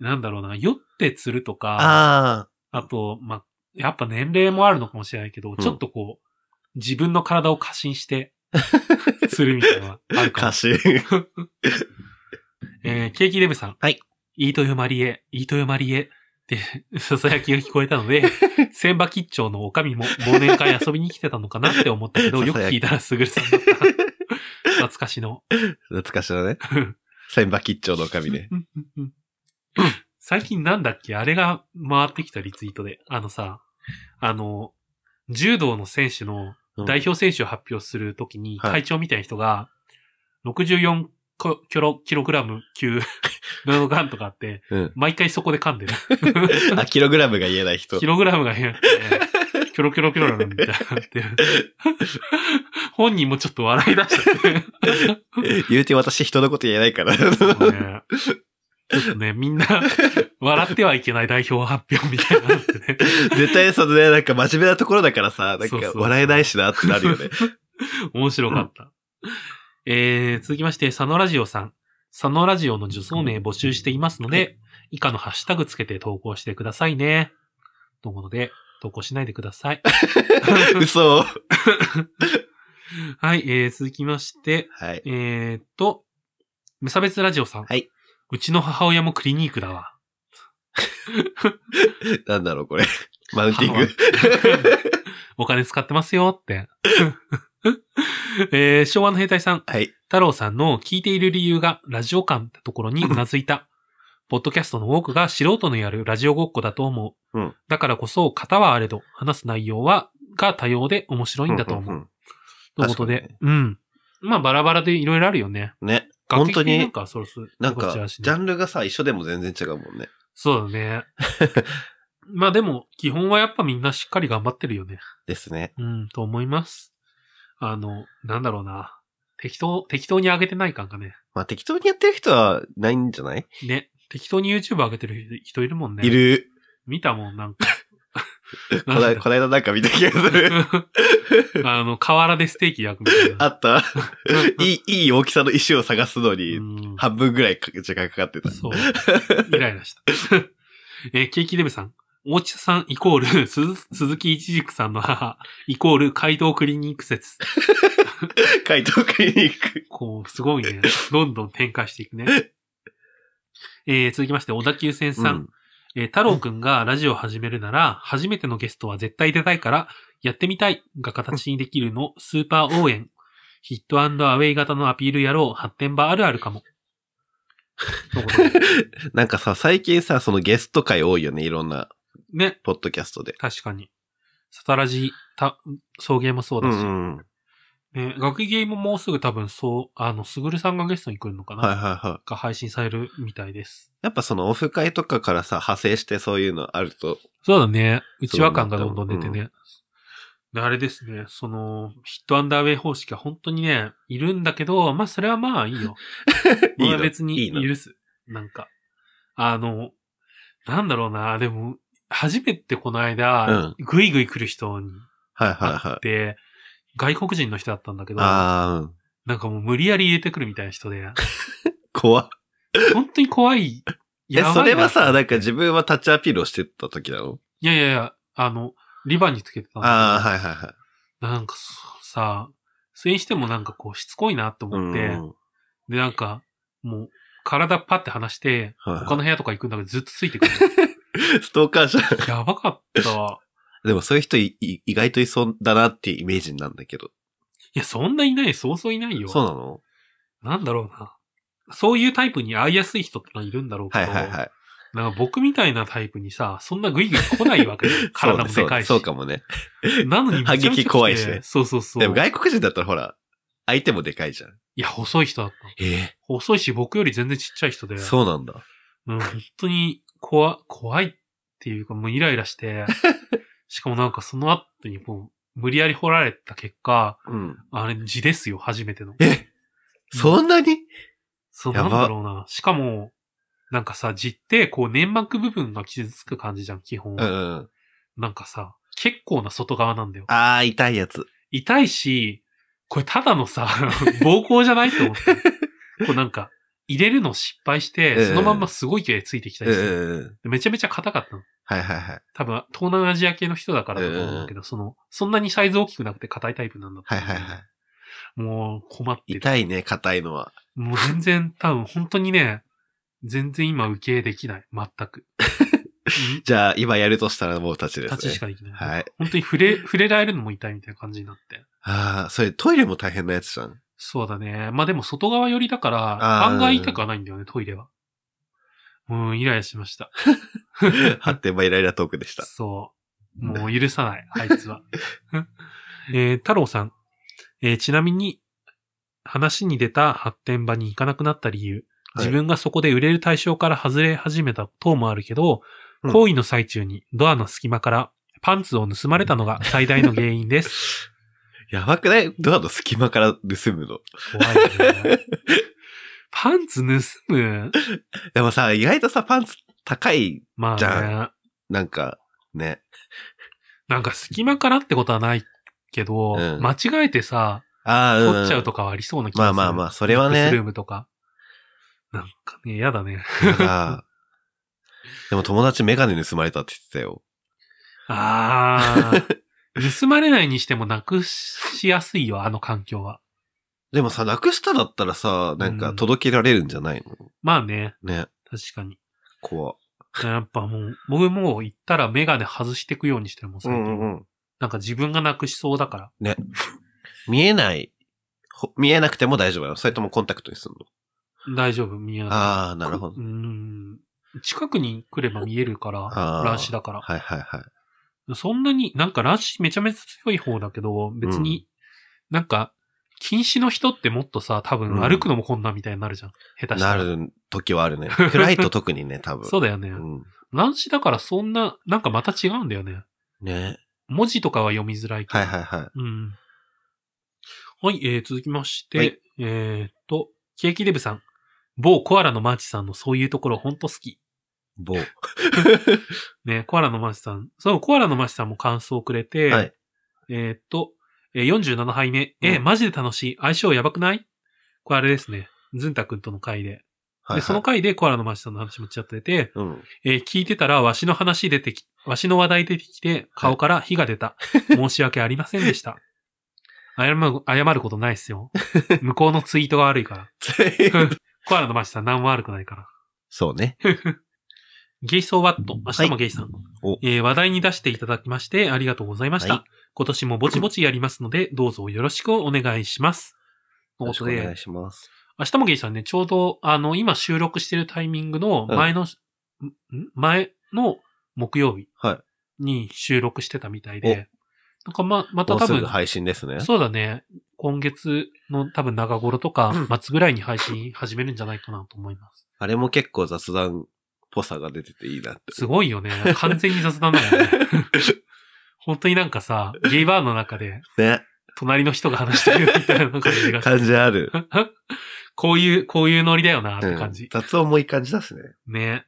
S1: う、なんだろうな、酔って釣るとか、あ
S2: あ
S1: と、まあ、やっぱ年齢もあるのかもしれないけど、
S2: ん
S1: ちょっとこう、自分の体を過信 して、釣るみたいなのはある
S2: あ、
S1: かも
S2: 歌。手。
S1: えーケーキデブさん。
S2: はい。
S1: いいとよまりえ、いいとよまりえ、って、 ささやきが聞こえたの で、千葉吉兆のおかみも忘年会遊びに来てたのかなって思った けど、よく聞いたらすぐるさんだった。懐かしの。
S2: 懐かしのね。千葉吉兆の神ね。
S1: うんうんうん最近なんだっけあれが回ってきたリツイートで。あのさ、あの、柔道の選手の
S2: うん
S1: 代表選手を発表するときに、
S2: はい
S1: 会長みたいな人が、64キョロキログラム 級のガンとかあって、
S2: うん。
S1: 毎回そこで噛んでる。
S2: あ、キログラムが言えない 人
S1: キ。ログラムが変なくて、キョロキョロキョロみたいになって。 本人もちょっと笑い出しちゃって。
S2: 言うて私人のこと言えないから。
S1: そうねちょっとね、みんな、笑ってはいけない代表発表みたいになってね。
S2: 絶対そのね、なんか真面目なところだからさ、なん
S1: そうそ
S2: か
S1: うそう
S2: 笑えないしなってなる よね。
S1: 面白かった。えー、続きまして、佐野ラジオさん。佐野ラジオの受送名募集していますので、以下のハッシュタグつけて投稿してくださいね。ということで、投稿しないでくだ さい。
S2: 嘘。は
S1: はい、えー、続きまして、
S2: い。
S1: えーっと、無差別ラジオさん。
S2: はい。
S1: うちの母親もクリニークだわ。
S2: なんだろう、これ。マウンティング。
S1: お金使ってますよって。 えー昭和の兵隊さん。
S2: はい。
S1: 太郎さんの聞いている理由がラジオ感ってところにうなずい た。ポッドキャストの多くが素人のやるラジオごっこだと思う。
S2: うん
S1: だからこそ、型はあれど、話す内容は、が多様で面白いんだと思う。
S2: んんん
S1: ということで、
S2: 確
S1: うん。まあ、バラバラでいろいろあるよね。
S2: ね。本当
S1: 楽器系
S2: に
S1: なんか、そろそろ
S2: なんか、
S1: こちらし
S2: ジ
S1: ね
S2: ャンルがさ、一緒でも全然違うもんね。
S1: そうだ ね。まあでも、基本はやっぱみんなしっかり頑張ってるよね。
S2: ですね。
S1: うん、と思います。あの、なんだろうな。適当、適当に上げてない感がね。
S2: まあ、適当にやってる人はないんじゃない
S1: ね。適当に YouTube 上げてる人いるもんね。
S2: い。る。
S1: 見たもん、なんか。
S2: こないこないだなんか見た気がする。
S1: あの、河原でステーキ焼くみたい
S2: あ
S1: な。
S2: ったいい、いい大きさの石を探すのに
S1: う、ん
S2: 半分ぐらいか時間かかってた。
S1: そう。イライラした。えーケーキデブさん。大地さんイコール、 鈴鈴木一軸さんの母、イコール、街道クリニック説。
S2: 怪盗クリニック。
S1: こう、すごいね。どんどん展開していくね。えー、続きまして、小田急線さん。
S2: うん
S1: えー太郎くんがラジオ始めるなら、初めてのゲストは絶対出たいから、やってみたいが形にできるの、スーパー応援。ヒットアウェイ型のアピールやろう、発展場あるあるかも。という ことで
S2: なんかさ、最近さ、そのゲスト会多いよね、いろんな、
S1: ね、
S2: ポッドキャストで。
S1: 確かに。サタラジ、た、送迎もそうだ
S2: う
S1: し。
S2: んうん。
S1: ね、学芸ももうすぐ多分そう、あの、すぐるさんがゲストに来るのかな、
S2: はいはいはい。
S1: が配信されるみたいです。
S2: やっぱそのオフ会とかからさ、派生してそういうのある と、
S1: そうだね。内輪感がどんどん出てね。であれですね、その、ヒットアンダーウェイ方式は本当にね、いるんだけど、まあそれはまあ いいよ。
S2: いいの
S1: 俺は別
S2: い
S1: に
S2: いの
S1: 許す。なんか。あの、なんだろうな、でも、初めてこの間、ぐいぐい来る人に
S2: はいはい
S1: 会
S2: は
S1: っ
S2: い。
S1: て、外国人の人だったんだけど、な
S2: あーうん、
S1: んかもう無理やり入れてくるみたいな人 で、
S2: 怖っ
S1: 本当に怖い。
S2: え、
S1: やばい
S2: それは
S1: と思
S2: さ、
S1: って
S2: なんか自分はタッチアピールをしてた時なの
S1: いやいやいや、あの、リバンにつけてたんだけど
S2: ああ、はいはいはい。
S1: なんかそさ、それにしてもなんかこうしつこいなって
S2: う
S1: 思
S2: ん
S1: って、でなんかもう体パッて離して、
S2: はい
S1: 他の
S2: は
S1: 部屋とか行くんだけどずっとついてく る。
S2: い。 ストーカーじゃん。
S1: やばかったわ。
S2: でもそういう人いい意外といそうだなってイメージなんだけど。
S1: いや、そんないない、そうそういないよ。
S2: そうなの
S1: なんだろうな。そういうタイプに会いやすい人ってのはいるんだろうけ
S2: は
S1: ど、
S2: いはいはい。
S1: なんか僕みたいなタイプにさ、そんなグイグイ来ないわけ よ体もでかいし。
S2: そうそうそうかもね。
S1: なのにめちゃめちゃ来て
S2: 反撃怖いしね
S1: そうそうそう。
S2: でも外国人だったらほら、相手もでかいじゃん。
S1: いや、細い人だった。
S2: え
S1: 細いし、僕より全然ちっちゃい 人で。
S2: そうなんだ。
S1: うん、本当に、怖、怖いっていうか、もうイライラ して、しかもなんかその後にもう、無理やり掘られた結果、
S2: うん。
S1: あれ、字ですよ、初めての。
S2: えそんなに
S1: そう、
S2: や
S1: な
S2: ば
S1: んだろうな。しかも、なんかさ、字って、こう、粘膜部分が傷つく感じじゃん、基本。
S2: うんうん。
S1: なんかさ、結構な外側なんだよ。
S2: あー、痛いやつ。
S1: 痛いし、これただのさ、 暴行じゃないと思って。こうなんか、入れるの失敗し
S2: ええ
S1: て、そのまんますごい勢いでついてきた
S2: うん
S1: り
S2: う
S1: する。
S2: んうん。
S1: めちゃめちゃ硬かったの。
S2: はいはいはい。
S1: 多分、東南アジア系の人だからだと思うんだけど、その、そんなにサイズ大きくなくて硬いタイプなんだと
S2: はい
S1: 思うんだ
S2: はい
S1: けど
S2: はい。
S1: もう困ってる。
S2: 痛いね、硬いのは。
S1: もう全然、多分本当にね、全然今受け入れできない。全く。うん
S2: じゃあ、今やるとしたらもう立ちですね。
S1: 立ちしかできない。
S2: はい。
S1: 本当に触れ、 触れられるのも痛いみたいな感じになって。
S2: ああ、それトイレも大変なやつじ ゃん。
S1: そうだね。まあでも外側寄りだから、
S2: あー
S1: 案外痛くはないんだよね、トイレは。うん、イライラしました。
S2: 発展場イライラトークでした。
S1: そう。も う許さない、あいつは。 えー、太郎さん。えーちなみに、話に出た発展場に行かなくなった理由。
S2: はい
S1: 自分がそこで売れる対象から外れ始めた等もあるけど、
S2: うん
S1: 行為の最中にドアの隙間からパンツを盗まれたのが最大の原因です。
S2: やばくないドアの隙間から盗むの。
S1: 怖いね。 パンツ盗む
S2: でもさ、意外とさ、パンツ高い、
S1: ま
S2: じ
S1: あ
S2: ゃ
S1: ね。
S2: なんか、ね。
S1: なんか隙間からってことはないけど、
S2: うん
S1: 間違えてさ、
S2: ああ、うん。
S1: 取っちゃうとかはありそうな気が
S2: ますあ
S1: る。
S2: まあまあ、それは
S1: ミックスルー
S2: ね。
S1: ムとか。なんかね、やだね。
S2: なんかでも友達メガネ盗まれたって言ってたよ。
S1: ああ。 盗まれないにしてもなくしやすいよ、あの環境は。
S2: でもさ、なくしただったらさ、なん
S1: う
S2: か
S1: ん
S2: 届けられるんじゃないの、
S1: まあね、
S2: ね。
S1: 確かに。
S2: 怖
S1: やっぱもう、僕もう行ったらメガネ外していくようにしてるもん、最近
S2: ん。
S1: なんか自分がなくしそうだから。
S2: 見えない。ほ見えなくても大丈夫なのそれともコンタクトにするの
S1: 大丈夫、見えない。
S2: ああ、なるほど
S1: う。ん。近くに来れば見えるから、
S2: あー
S1: 乱視だから。
S2: はいはいはい。
S1: そんなに、なんか乱視めちゃめちゃ強い方だけど、別に、なんか、禁止の人ってもっとさ、多分
S2: うん
S1: 歩くのも困難みたいになるじゃん。下手した
S2: な
S1: ら。
S2: る時はあ るね。暗いと特にね、多分。
S1: そうだよね。
S2: うん。
S1: 乱視だからそんな、なんかまた違うんだよね。
S2: ね。
S1: 文字とかは読みづらいけど。
S2: はいはいはい。
S1: うん。はい、えー、続きまして、
S2: はい
S1: えーっと、ケーキデブさん。某コアラのマーチさんのそういうところほんと好き。
S2: 某。は
S1: ね、コアラのマーチさん。そう、コアラのマーチさんも感想をくれて、
S2: い。
S1: えーっと、えー47杯目。えー
S2: うん
S1: マジで楽しい。相性やばくないこれあれですね。ズンタ君との回で。
S2: はいはい
S1: で、その回でコアラのマシさんの話もちゃってて、
S2: うん。
S1: えー聞いてたらわしの話出てき、わしの話題出てきて、顔から火が出た。申し訳ありませんでした。 謝る、謝ることないっすよ。向こうのツイートが悪い から。コアラのマシさん何も悪くないから。
S2: そうね。
S1: ゲイソーワット。明日もゲイさん。
S2: お
S1: えー話題に出していただきましてありがとうございました。
S2: はい
S1: 今年もぼちぼちやりますので、どうぞよろしくお願いします。という
S2: よろ
S1: こ
S2: しく
S1: と
S2: お
S1: で
S2: 願いします。
S1: 明日もゲイさんね、ちょうど、あの、今収録してるタイミングの
S2: うん
S1: 前の、んん前の木曜日
S2: はい
S1: に収録してたみたいで、なんかま、また
S2: もう
S1: 多
S2: す
S1: 分
S2: ぐ、配信ですね。
S1: そうだね、今月の多分中頃とか
S2: うん
S1: 末ぐらいに配信始めるんじゃないかなと思います。
S2: あれも結構雑談っぽさが出てていいなって。
S1: すごいよね。完全に雑談だよね。本当になんかさ、ゲイバーの中で、
S2: ね。
S1: 隣の人が話してるみたいな感 じがして
S2: 感じある。
S1: こういう、こういうノリだよな、っ
S2: う
S1: て
S2: ん
S1: 感じ。
S2: 雑音もいい感じだしね。
S1: ね。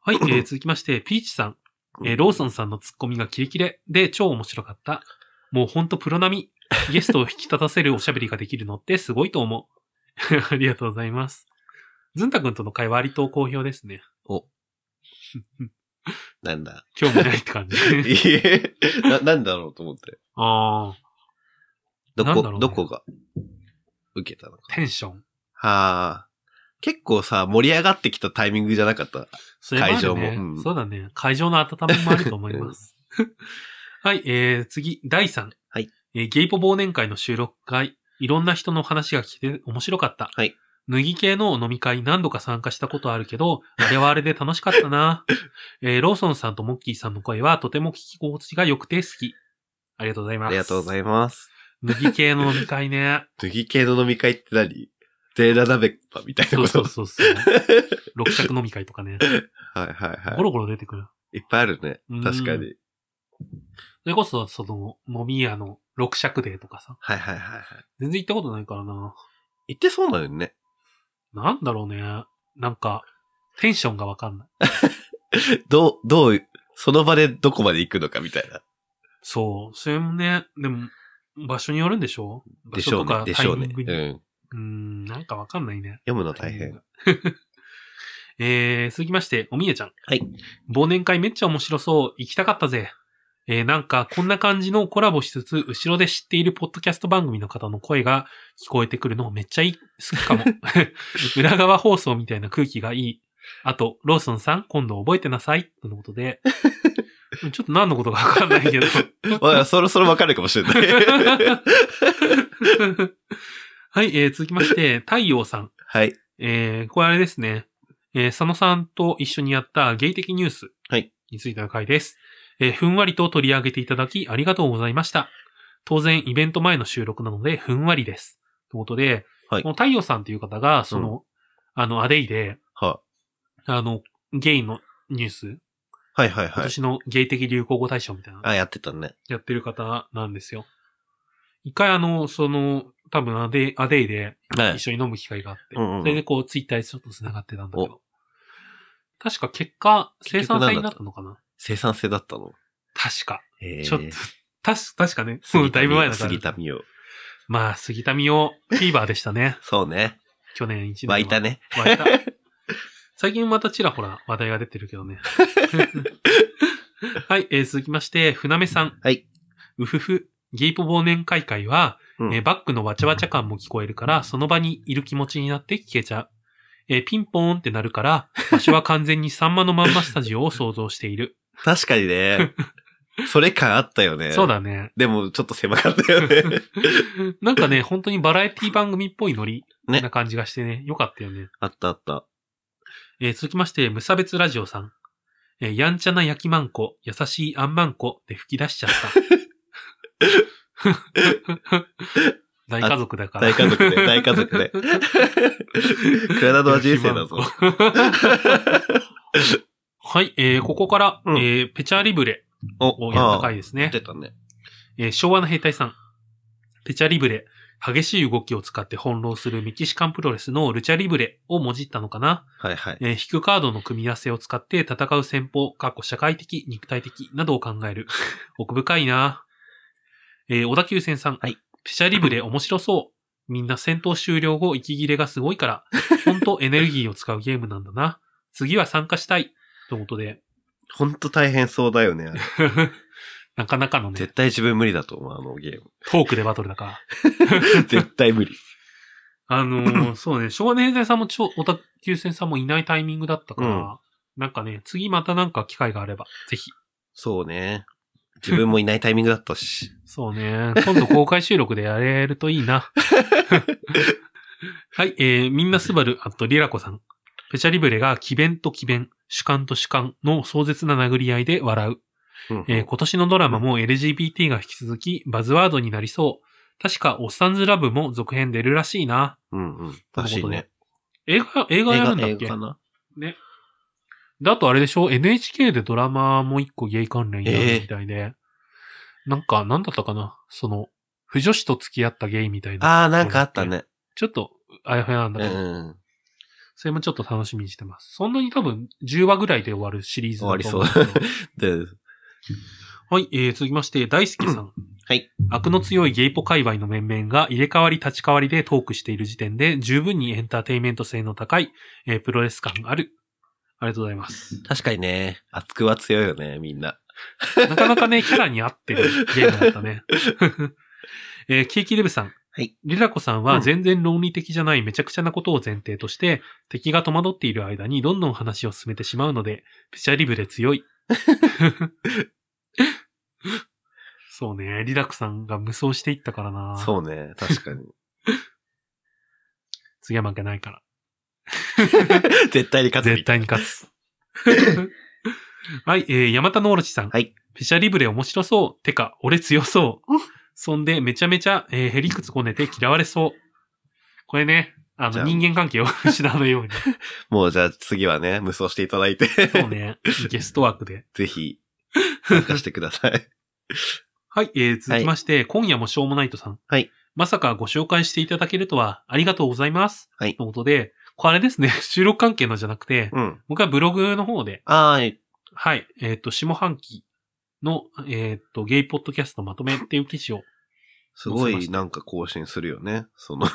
S1: はい、えー続きまして、ピーチさん。えーローソンさんのツッコミがキレキレで超面白かった。もうほんとプロ並み。ゲストを引き立たせるおしゃべりができるのってすごいと思う。あ りがとうございます。ずんたくんとの会話割と好評ですね。
S2: なんだ。
S1: 興味ないって感じ。
S2: いえ。な、なんだろうと思って。
S1: ああ、
S2: ど
S1: なん
S2: こ、
S1: だろうね
S2: どこが受けたのか。
S1: テンション。
S2: はあ。結構さ、盛り上がってきたタイミングじゃなかった。
S1: それもあるね
S2: 会場もうん
S1: そうだね。会場の温めもあると思い ます。はい、えー、次、第3。
S2: はい。
S1: えーゲイポ忘年会の収録会。いろんな人の話が聞けて面白かった。
S2: はい。
S1: 脱ぎ系の飲み会何度か参加したことあるけど、あれはあれで楽しかったな。 えーローソンさんとモッキーさんの声はとても聞き心地が良くて好き。ありがとうございます。
S2: ありがとうござ
S1: い
S2: います。
S1: ます。脱ぎ系の飲み会 ね。
S2: 脱ぎ系の飲み会って何ゼーラ鍋パみたいな
S1: そう
S2: こと。
S1: そうそうそう。六尺飲み会とかね。
S2: はいはいは
S1: ゴロゴロ出てくる。
S2: い。いっぱいあるね
S1: う。ん
S2: 確かに。
S1: それこそ、その、飲み屋の六尺デーとかさ。
S2: はいはいはいはい。
S1: 全然行ったことないからな。
S2: 行ってそうなのにね。
S1: なんだろうね。なんか、テンションがわかんない。
S2: どう、どう、その場でどこまで行くのかみたいな。
S1: そう。それもね、でも、場所によるんでしょ場
S2: でし
S1: 所
S2: ょう
S1: と
S2: ね。
S1: か
S2: で
S1: タ
S2: し
S1: イ
S2: ょう
S1: ミン
S2: ね。う
S1: グ
S2: ん
S1: に。。うーん、なんかわかんないね。
S2: 読むの大変。。
S1: えー、続きまして、おみえちゃん。
S2: はい。
S1: 忘年会めっちゃ面白そう。行きたかったぜ。えー、なんか、こんな感じのコラボしつつ、後ろで知っているポッドキャスト番組の方の声が聞こえてくるのめっちゃいい、好きかも。 裏側放送みたいな空気がいい。あと、ローソンさん、今度覚えてなさい。とのことで。ちょっと何のことかわかんないけ ど。
S2: まあ、そろそろわかるかもしれない。
S1: はい、えー続きまして、太陽さん。
S2: はい。
S1: えー、これあれですね。えー佐野さんと一緒にやったゲイ的ニュース。
S2: はい
S1: についての回です。えーふんわりと取り上げていただき、ありがとうございました。当然、イベント前の収録なので、ふんわりです。ということで、
S2: はい
S1: この太陽さんという方が、その、あの、アデイで、
S2: は
S1: あの、ゲイのニュース、
S2: はいはいは
S1: 今
S2: い。
S1: 年のゲイ的流行語大賞みたいな、
S2: あ、やってたね。
S1: やってる方なんですよ。一回あの、その、多分アデイ、アデイで、
S2: は
S1: 一。緒に飲む機会があって、
S2: うんうんうん
S1: それでこうツイッターでちょっと繋がってたんだけど。確か結果、生産性になったのかな
S2: 生産性だったの。
S1: 確か。
S2: え
S1: ちょっと確か、確かね。
S2: 杉
S1: もうだいぶ前だ
S2: 田
S1: か
S2: 杉田
S1: ら。
S2: 美桜。。
S1: まあ、杉田美桜、フィーバーでしたね
S2: そうね。
S1: 去年一年は。
S2: 湧いたね。
S1: 湧いた。 最近またちらほら話題が出てるけ どね。はい、えー続きまして、船目さん。
S2: はい。
S1: うふふ。ゲイポ忘年会会は、
S2: うん
S1: えーバックのわちゃわちゃ感も聞こえるから、その場にいる気持ちになって聞けちゃう。えーピンポーンってなるから、場所は完全にサンマのまんまスタジオを想像している。
S2: 確か にね。それ感あったよね。
S1: そう。だね。
S2: でも、ちょっと狭かったよね。
S1: なんかね、本当にバラエティ番組っぽいノリ
S2: ね
S1: な感じがしてね、よかったよね。
S2: あったあった。
S1: えー続きまして、無差別ラジオさん。えーやんちゃな焼きまんこ、優しいあんまんこで吹き出しちゃっ た。大家族だから。
S2: 大家族で、大家 族で。体のは人生だぞ。
S1: はい、えーここから、
S2: うん
S1: えーペチャリブレ
S2: お
S1: をやった
S2: あ
S1: 回ですね
S2: 出。たね。
S1: えー昭和の兵隊さん。ペチャリブレ。激しい動きを使って翻弄するメキシカンプロレスのルチャリブレをもじったのかな、
S2: はいはい。
S1: えー引くカードの組み合わせを使って戦う戦法、過去社会的、肉体的などを考える。 奥深いなえー小田急線さん。
S2: はい
S1: ペチャリブレ面白そう。みんな戦闘終了後息切れがすごい から、ほんとエネルギーを使うゲームなんだな。次は参加したい。ということで、
S2: ほんと大変そうだよね。あれ
S1: なかなかのね
S2: 絶、対自分無理だと思う、あのゲーム。
S1: トークでバトルだから。
S2: 絶対無理。
S1: あのー そうね、昭和の平成さんもちょ、小田急線さんもいないタイミングだったから、なんかね、次またなんか機会があれば、ぜひ。
S2: そうね。自分もいないタイミングだっ たし。
S1: そうね、今度公開収録でやれるといい な。はい、えー、みんなすばる、あとリラコさん。ペチャリブレが奇弁と奇弁、主観と主観の壮絶な殴り合いで笑う。
S2: うん
S1: えー今年のドラマも LGBT が引き続きバズワードになりそう。確か、オッサンズラブも続編出るらしいな。
S2: うんうん。らしいね。
S1: 映画、映画
S2: 映
S1: やる
S2: 画
S1: ん、だっけ
S2: 映画かな
S1: だとあれでしょ ?NHK でドラマも一個ゲイ関連やるみたいで、なんか、なんだったかなその、不女子と付き合ったゲイみたいな。
S2: ああ、なんかあったね。
S1: ちょっと、あやふやなんだ
S2: う
S1: けど、
S2: ん。
S1: それもちょっと楽しみにしてます。そんなに多分10話ぐらいで終わるシリーズだと思んです
S2: 終
S1: け
S2: わ
S1: ど
S2: りそうで、
S1: はい、えー、続きまして、大好きさん。
S2: はい。
S1: 悪の強いゲイポ界隈の面々が入れ替わり立ち替わりでトークしている時点で十分にエンターテインメント性の高い、えープロレス感がある。ありがとうございます。
S2: 確かにね、熱くは強いよね、みんな。
S1: なかなかね、キャラに合ってるゲームだったね。 えーケーキデブさん。
S2: はい。
S1: リラコさん
S2: う
S1: は
S2: ん
S1: 全然論理的じゃないめちゃくちゃなことを前提として、敵が戸惑っている間にどんどん話を進めてしまうので、ペチャリブレ強 い。そうね、リラコさんが無双していったからな。
S2: そうね、確かに。
S1: 次は負けないから。
S2: 絶対に勝つみ
S1: 絶
S2: たい
S1: 対に勝つ。 はい、えー、山田のおろちさん。
S2: はい。
S1: ペシャリブレ面白そう。てか、俺強そう。そんで、めちゃめちゃ、えー、へりくつこねて嫌われそう。これね、あ
S2: じゃ
S1: の、
S2: あ
S1: 人間関係を失わぬ ように。
S2: もうじゃあ次はね、無双していただいて、
S1: そうね。ゲスト枠で。
S2: ぜひ、参加してくだ さい。
S1: はい、えー、続きまして、今夜もしょうもないとさん。
S2: はい。
S1: まさかご紹介していただけるとは、ありがとうございます。
S2: はい
S1: ということで、これあれですね、収録関係のじゃなくて、
S2: うん。
S1: 僕はブログの方で、
S2: あー
S1: はい。えっ、と、下半期の、えっ、と、ゲイポッドキャストまとめっていう記事を。
S2: すご
S1: 載せまし
S2: い
S1: た
S2: なんか更新するよね。その、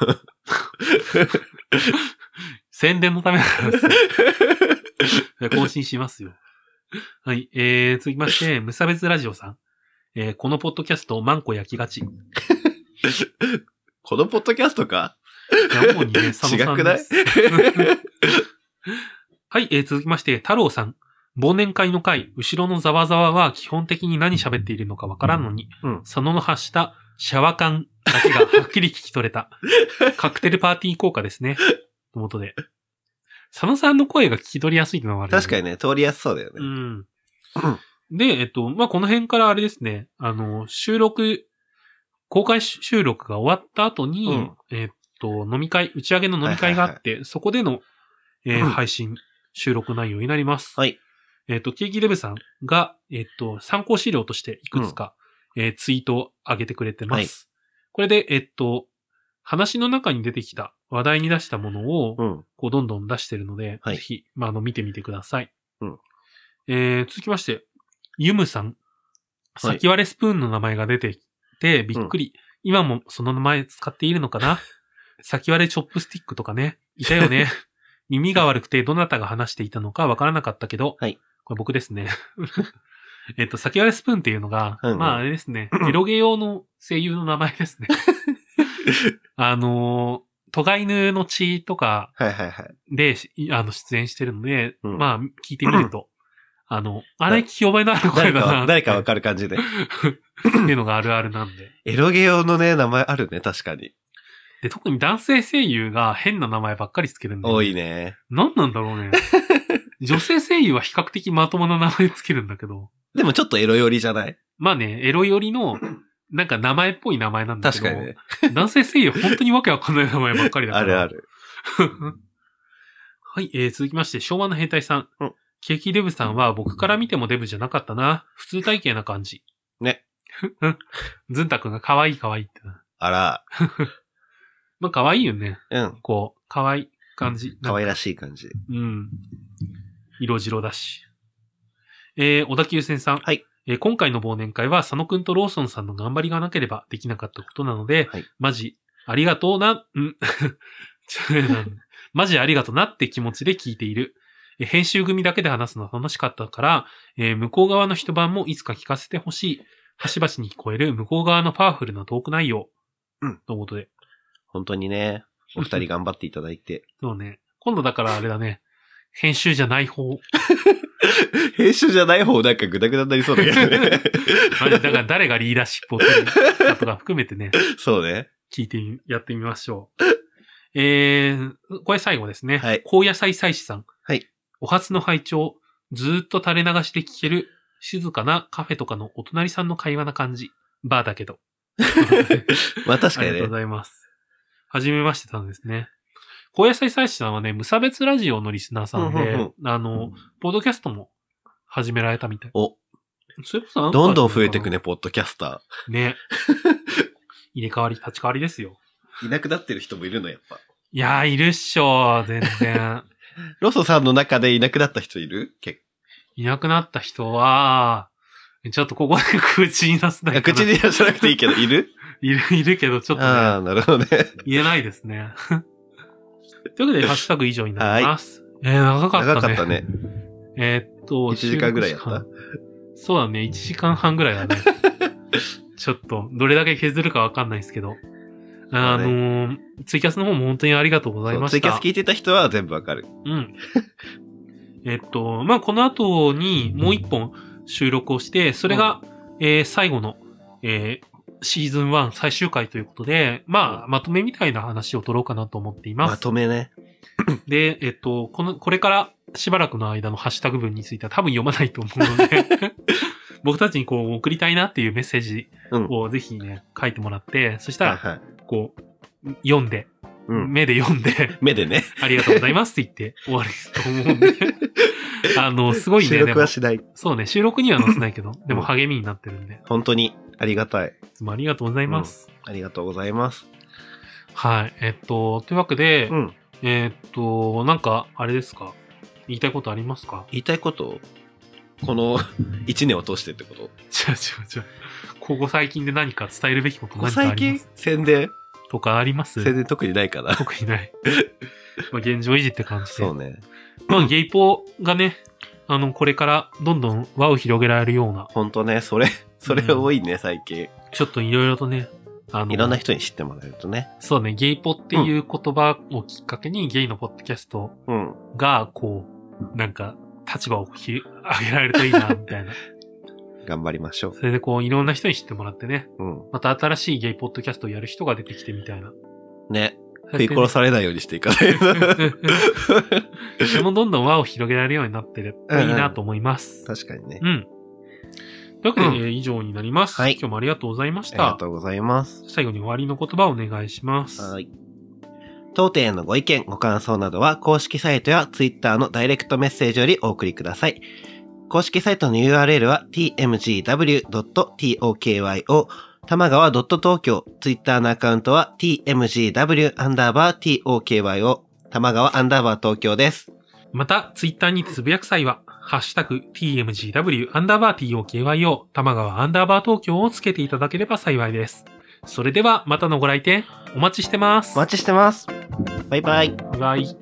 S1: 宣伝のためなん ですよ更新しますよ。はい。えー、続きま して、無差別ラジオさん。えー、このポッドキャスト、マンコ焼きがち。い
S2: このポッドキャストか
S1: や主に ね、佐野
S2: 違
S1: さん
S2: くな
S1: で
S2: い
S1: す。はい。えー、続きまして、太郎さん。忘年会の会、後ろのざわざわは基本的に何喋っているのかわからんのに、
S2: うん
S1: 佐野の発したシャワ感だけがはっきり聞き取れ た。カクテルパーティー効果ですね。ということで。佐野さんの声が聞き取りやすいってのはある、
S2: 確か
S1: に。
S2: にね、通りやすそうだよ
S1: う
S2: ね。
S1: ん。で、えっと、まあ、この辺からあれですね、あの、収録、公開収録が終わった後に、
S2: うん
S1: えっと、飲み会、打ち上げの飲み会があって、そこでの、えー
S2: うん
S1: 配信、収録内容になります。
S2: はい。
S1: えっ、と、ケーキレブさんが、えっ、と、参考資料としていくつか、えーツイートを上げてくれてます。
S2: はい
S1: これで、えっ、と、話の中に出てきた、話題に出したものを、
S2: うん。
S1: こう、どんどん出してるので、
S2: はい
S1: ぜひ、まあ、あの、見てみてください。
S2: うん
S1: えー続きまして、ユムさん。
S2: はい
S1: 先割れスプーンの名前が出てきて、びっくり。今もその名前使っているのか な先割れチョップスティックとかね。いたよね。耳が悪くてどなたが話していたのかわからなかったけど、
S2: はい
S1: これ僕ですね。 えっと、先割れスプーンっていうのが、
S2: うんうん
S1: まああれですね、エロゲ用の声優の名前です ね。あのー、トガイヌの血とか、
S2: はいはいはい。
S1: で、しあの、出演してるので、
S2: うん
S1: まあ、聞いてみる と、あの、あれ聞き覚えのある声
S2: 誰
S1: だな
S2: か、誰かわ
S1: っ
S2: かる感じで。
S1: ていうのがあるあるなんで。
S2: エロゲ用のね、名前あるね、確かに。
S1: で、特に男性声優が変な名前ばっかりつけるんで。
S2: 多いね。
S1: 何なんだろ うね。女性声優は比較的まともな名前つけるんだけど。
S2: でもちょっとエロ寄りじゃない
S1: まあね、エロ寄り の、なんか名前っぽい名前なんだけ
S2: 確
S1: ど。
S2: かにね。
S1: 男性声優本当にわけわかんない名前ばっかりだか
S2: あ
S1: ら。
S2: るある。
S1: はい、えー、続きまして、昭和の兵隊さん。
S2: うん
S1: ケーキデブさんは僕から見てもデブじゃなかったな。普通体型な感じ。
S2: ね。
S1: ずんたくんが可愛い可愛いってな。
S2: あら。
S1: まあ可愛いよね。
S2: うん。
S1: こう、可愛い感じ。
S2: 可愛
S1: い。
S2: らしい感じ。
S1: うん。色白だし。えー、小田急線さん。
S2: はい。
S1: えー今回の忘年会は佐野くんとローソンさんの頑張りがなければできなかったことなので、
S2: はい
S1: マジ、ありがとうな、ん ちょなんマジありがとうなって気持ちで聞いている。えー編集組だけで話すの楽しかったから、えー向こう側の一晩もいつか聞かせてほしい。端々に聞こえる向こう側のパワフルなトーク内容。
S2: うん。
S1: ということで。
S2: 本当にね、お二人頑張っていただいて。
S1: そうね。今度だからあれだね。編集じゃない方。
S2: 編集じゃない方なんかグダグダになりそうだけどね。
S1: まあだから誰がリーダーシップを取るかとか含めて ね、
S2: そうね。
S1: 聞いてみ、やってみましょう。えー、これ最後ですね。
S2: はい
S1: 高野菜祭司さん。
S2: はい
S1: お初の拝聴ずーっと垂れ流しで聞ける、静かなカフェとかのお隣さんの会話な感じ。バーだけ ど。
S2: まあ確
S1: あ
S2: か
S1: り
S2: に
S1: がとうご。
S2: ね
S1: ざいます。はじめましてたんですね。高野菜祭司さんはね、無差別ラジオのリスナーさん
S2: うんう
S1: で
S2: ん、
S1: あの、ポッドキャストも始められたみたい。
S2: お、
S1: それこそなんか
S2: どんどん増えてくね、ポッドキャスタ
S1: ね。入れ替わり、立ち替わりですよ。
S2: ー。いなくなってる人もいるの、やっぱ。
S1: いやー、いるっしょ、全 然。
S2: ロソさんの中でいなくなった人いる結
S1: いなくなった人は、ちょっとここで口に出すだ
S2: 構。
S1: け。
S2: 口に出さなくていいけど、いる
S1: いる、いるけど、ちょっと
S2: あ
S1: ね、
S2: あ、なるほどね。
S1: 言えないですね。 というわけで、ハッシュタグ以上になります。えー、長かったね。
S2: 長かったね。
S1: えーっと、
S2: 1時間ぐらいやった
S1: 収録時間そうだね、1時間半ぐらいだ ね。ちょっと、どれだけ削るかわかんないですけど。あのーツイキャスの方も本当にありがとうございました。
S2: ツイキャス聞いてた人は全部わかる。
S1: うん。えっと、まあ、この後にもう一本収録をして、それが、えー最後の、えーシーズン1最終回ということで、まあ、まとめみたいな話を取ろうかなと思っていま。
S2: ますとめね。
S1: で、えっと、この、これからしばらくの間のハッシュタグ文については多分読まないと思うの で、僕たちにこう送りたいなっていうメッセージ
S2: うん。
S1: をぜひね、書いてもらって、そした
S2: はい
S1: ら、
S2: はい。
S1: こう、読んで、
S2: うん。
S1: 目で読んで、
S2: 目でね。
S1: ありがとうございますって言って終わりと思 うんで、あの、すごいね、
S2: 収
S1: で
S2: 録
S1: も
S2: は、しない。
S1: そうね、収録には載せないけど、でも励みになってるんで、い
S2: 本当にありがたい。
S1: つもありがとうございます。
S2: ありがとうございます。
S1: はい、えっと、というわけで、
S2: うん。
S1: えっと、なんか、あれですか言いたいことあります か
S2: 言いたいことこの 1年を通してってこと
S1: 違う違う違う。ここ最近で何か伝えるべきこと
S2: ここ
S1: 何かあ
S2: 最
S1: りま
S2: 近
S1: す
S2: 宣伝
S1: とかあります
S2: 宣伝特にないから。
S1: 特に ない。まあ現状維持って感じで。
S2: そうね。
S1: まあゲイポがね、あの、これからどんどん輪を広げられるような、
S2: ほんとね、それ、それ多いね、最近。
S1: ちょっといろいろとね、あの、
S2: いろんな人に知ってもらえるとね。
S1: そうね、ゲイポっていう言葉をきっかけにゲイのポッドキャスト
S2: うん。
S1: が、こう、なんか、立場をひ上げられるといいな、み たいな。
S2: 頑張りましょう。
S1: それでこう、いろんな人に知ってもらってね、
S2: うん。
S1: また新しいゲイポッドキャストをやる人が出てきてみたいな。
S2: ね。食い殺されないようにしていかない と。
S1: でもどんどん輪を広げられるようになってるといいなと思います。
S2: 確かにね。
S1: うん。というわけで、
S2: うん
S1: えー以上になります。
S2: はい
S1: 今日もありがとうございまし
S2: ありが
S1: た。
S2: とうございます。
S1: 最後に終わりの言葉をお願いします。
S2: はい。当店へのご意見、ご感想などは公式サイトや Twitter のダイレクトメッセージよりお送りください。公式サイトの URL は tmgw.tokyo 玉川 .tokyo Twitter のアカウントは tmgw-tokyo 玉川 -tokyo です。
S1: また、ツイッターにてつぶやく際は、ハッシュタグ、tmgw アンダーバー tokyo、玉川アンダーバー東京をつけていただければ幸いです。それでは、またのご来店、お待ちしてます。
S2: お待ちしてます。バイバイ。
S1: バイ。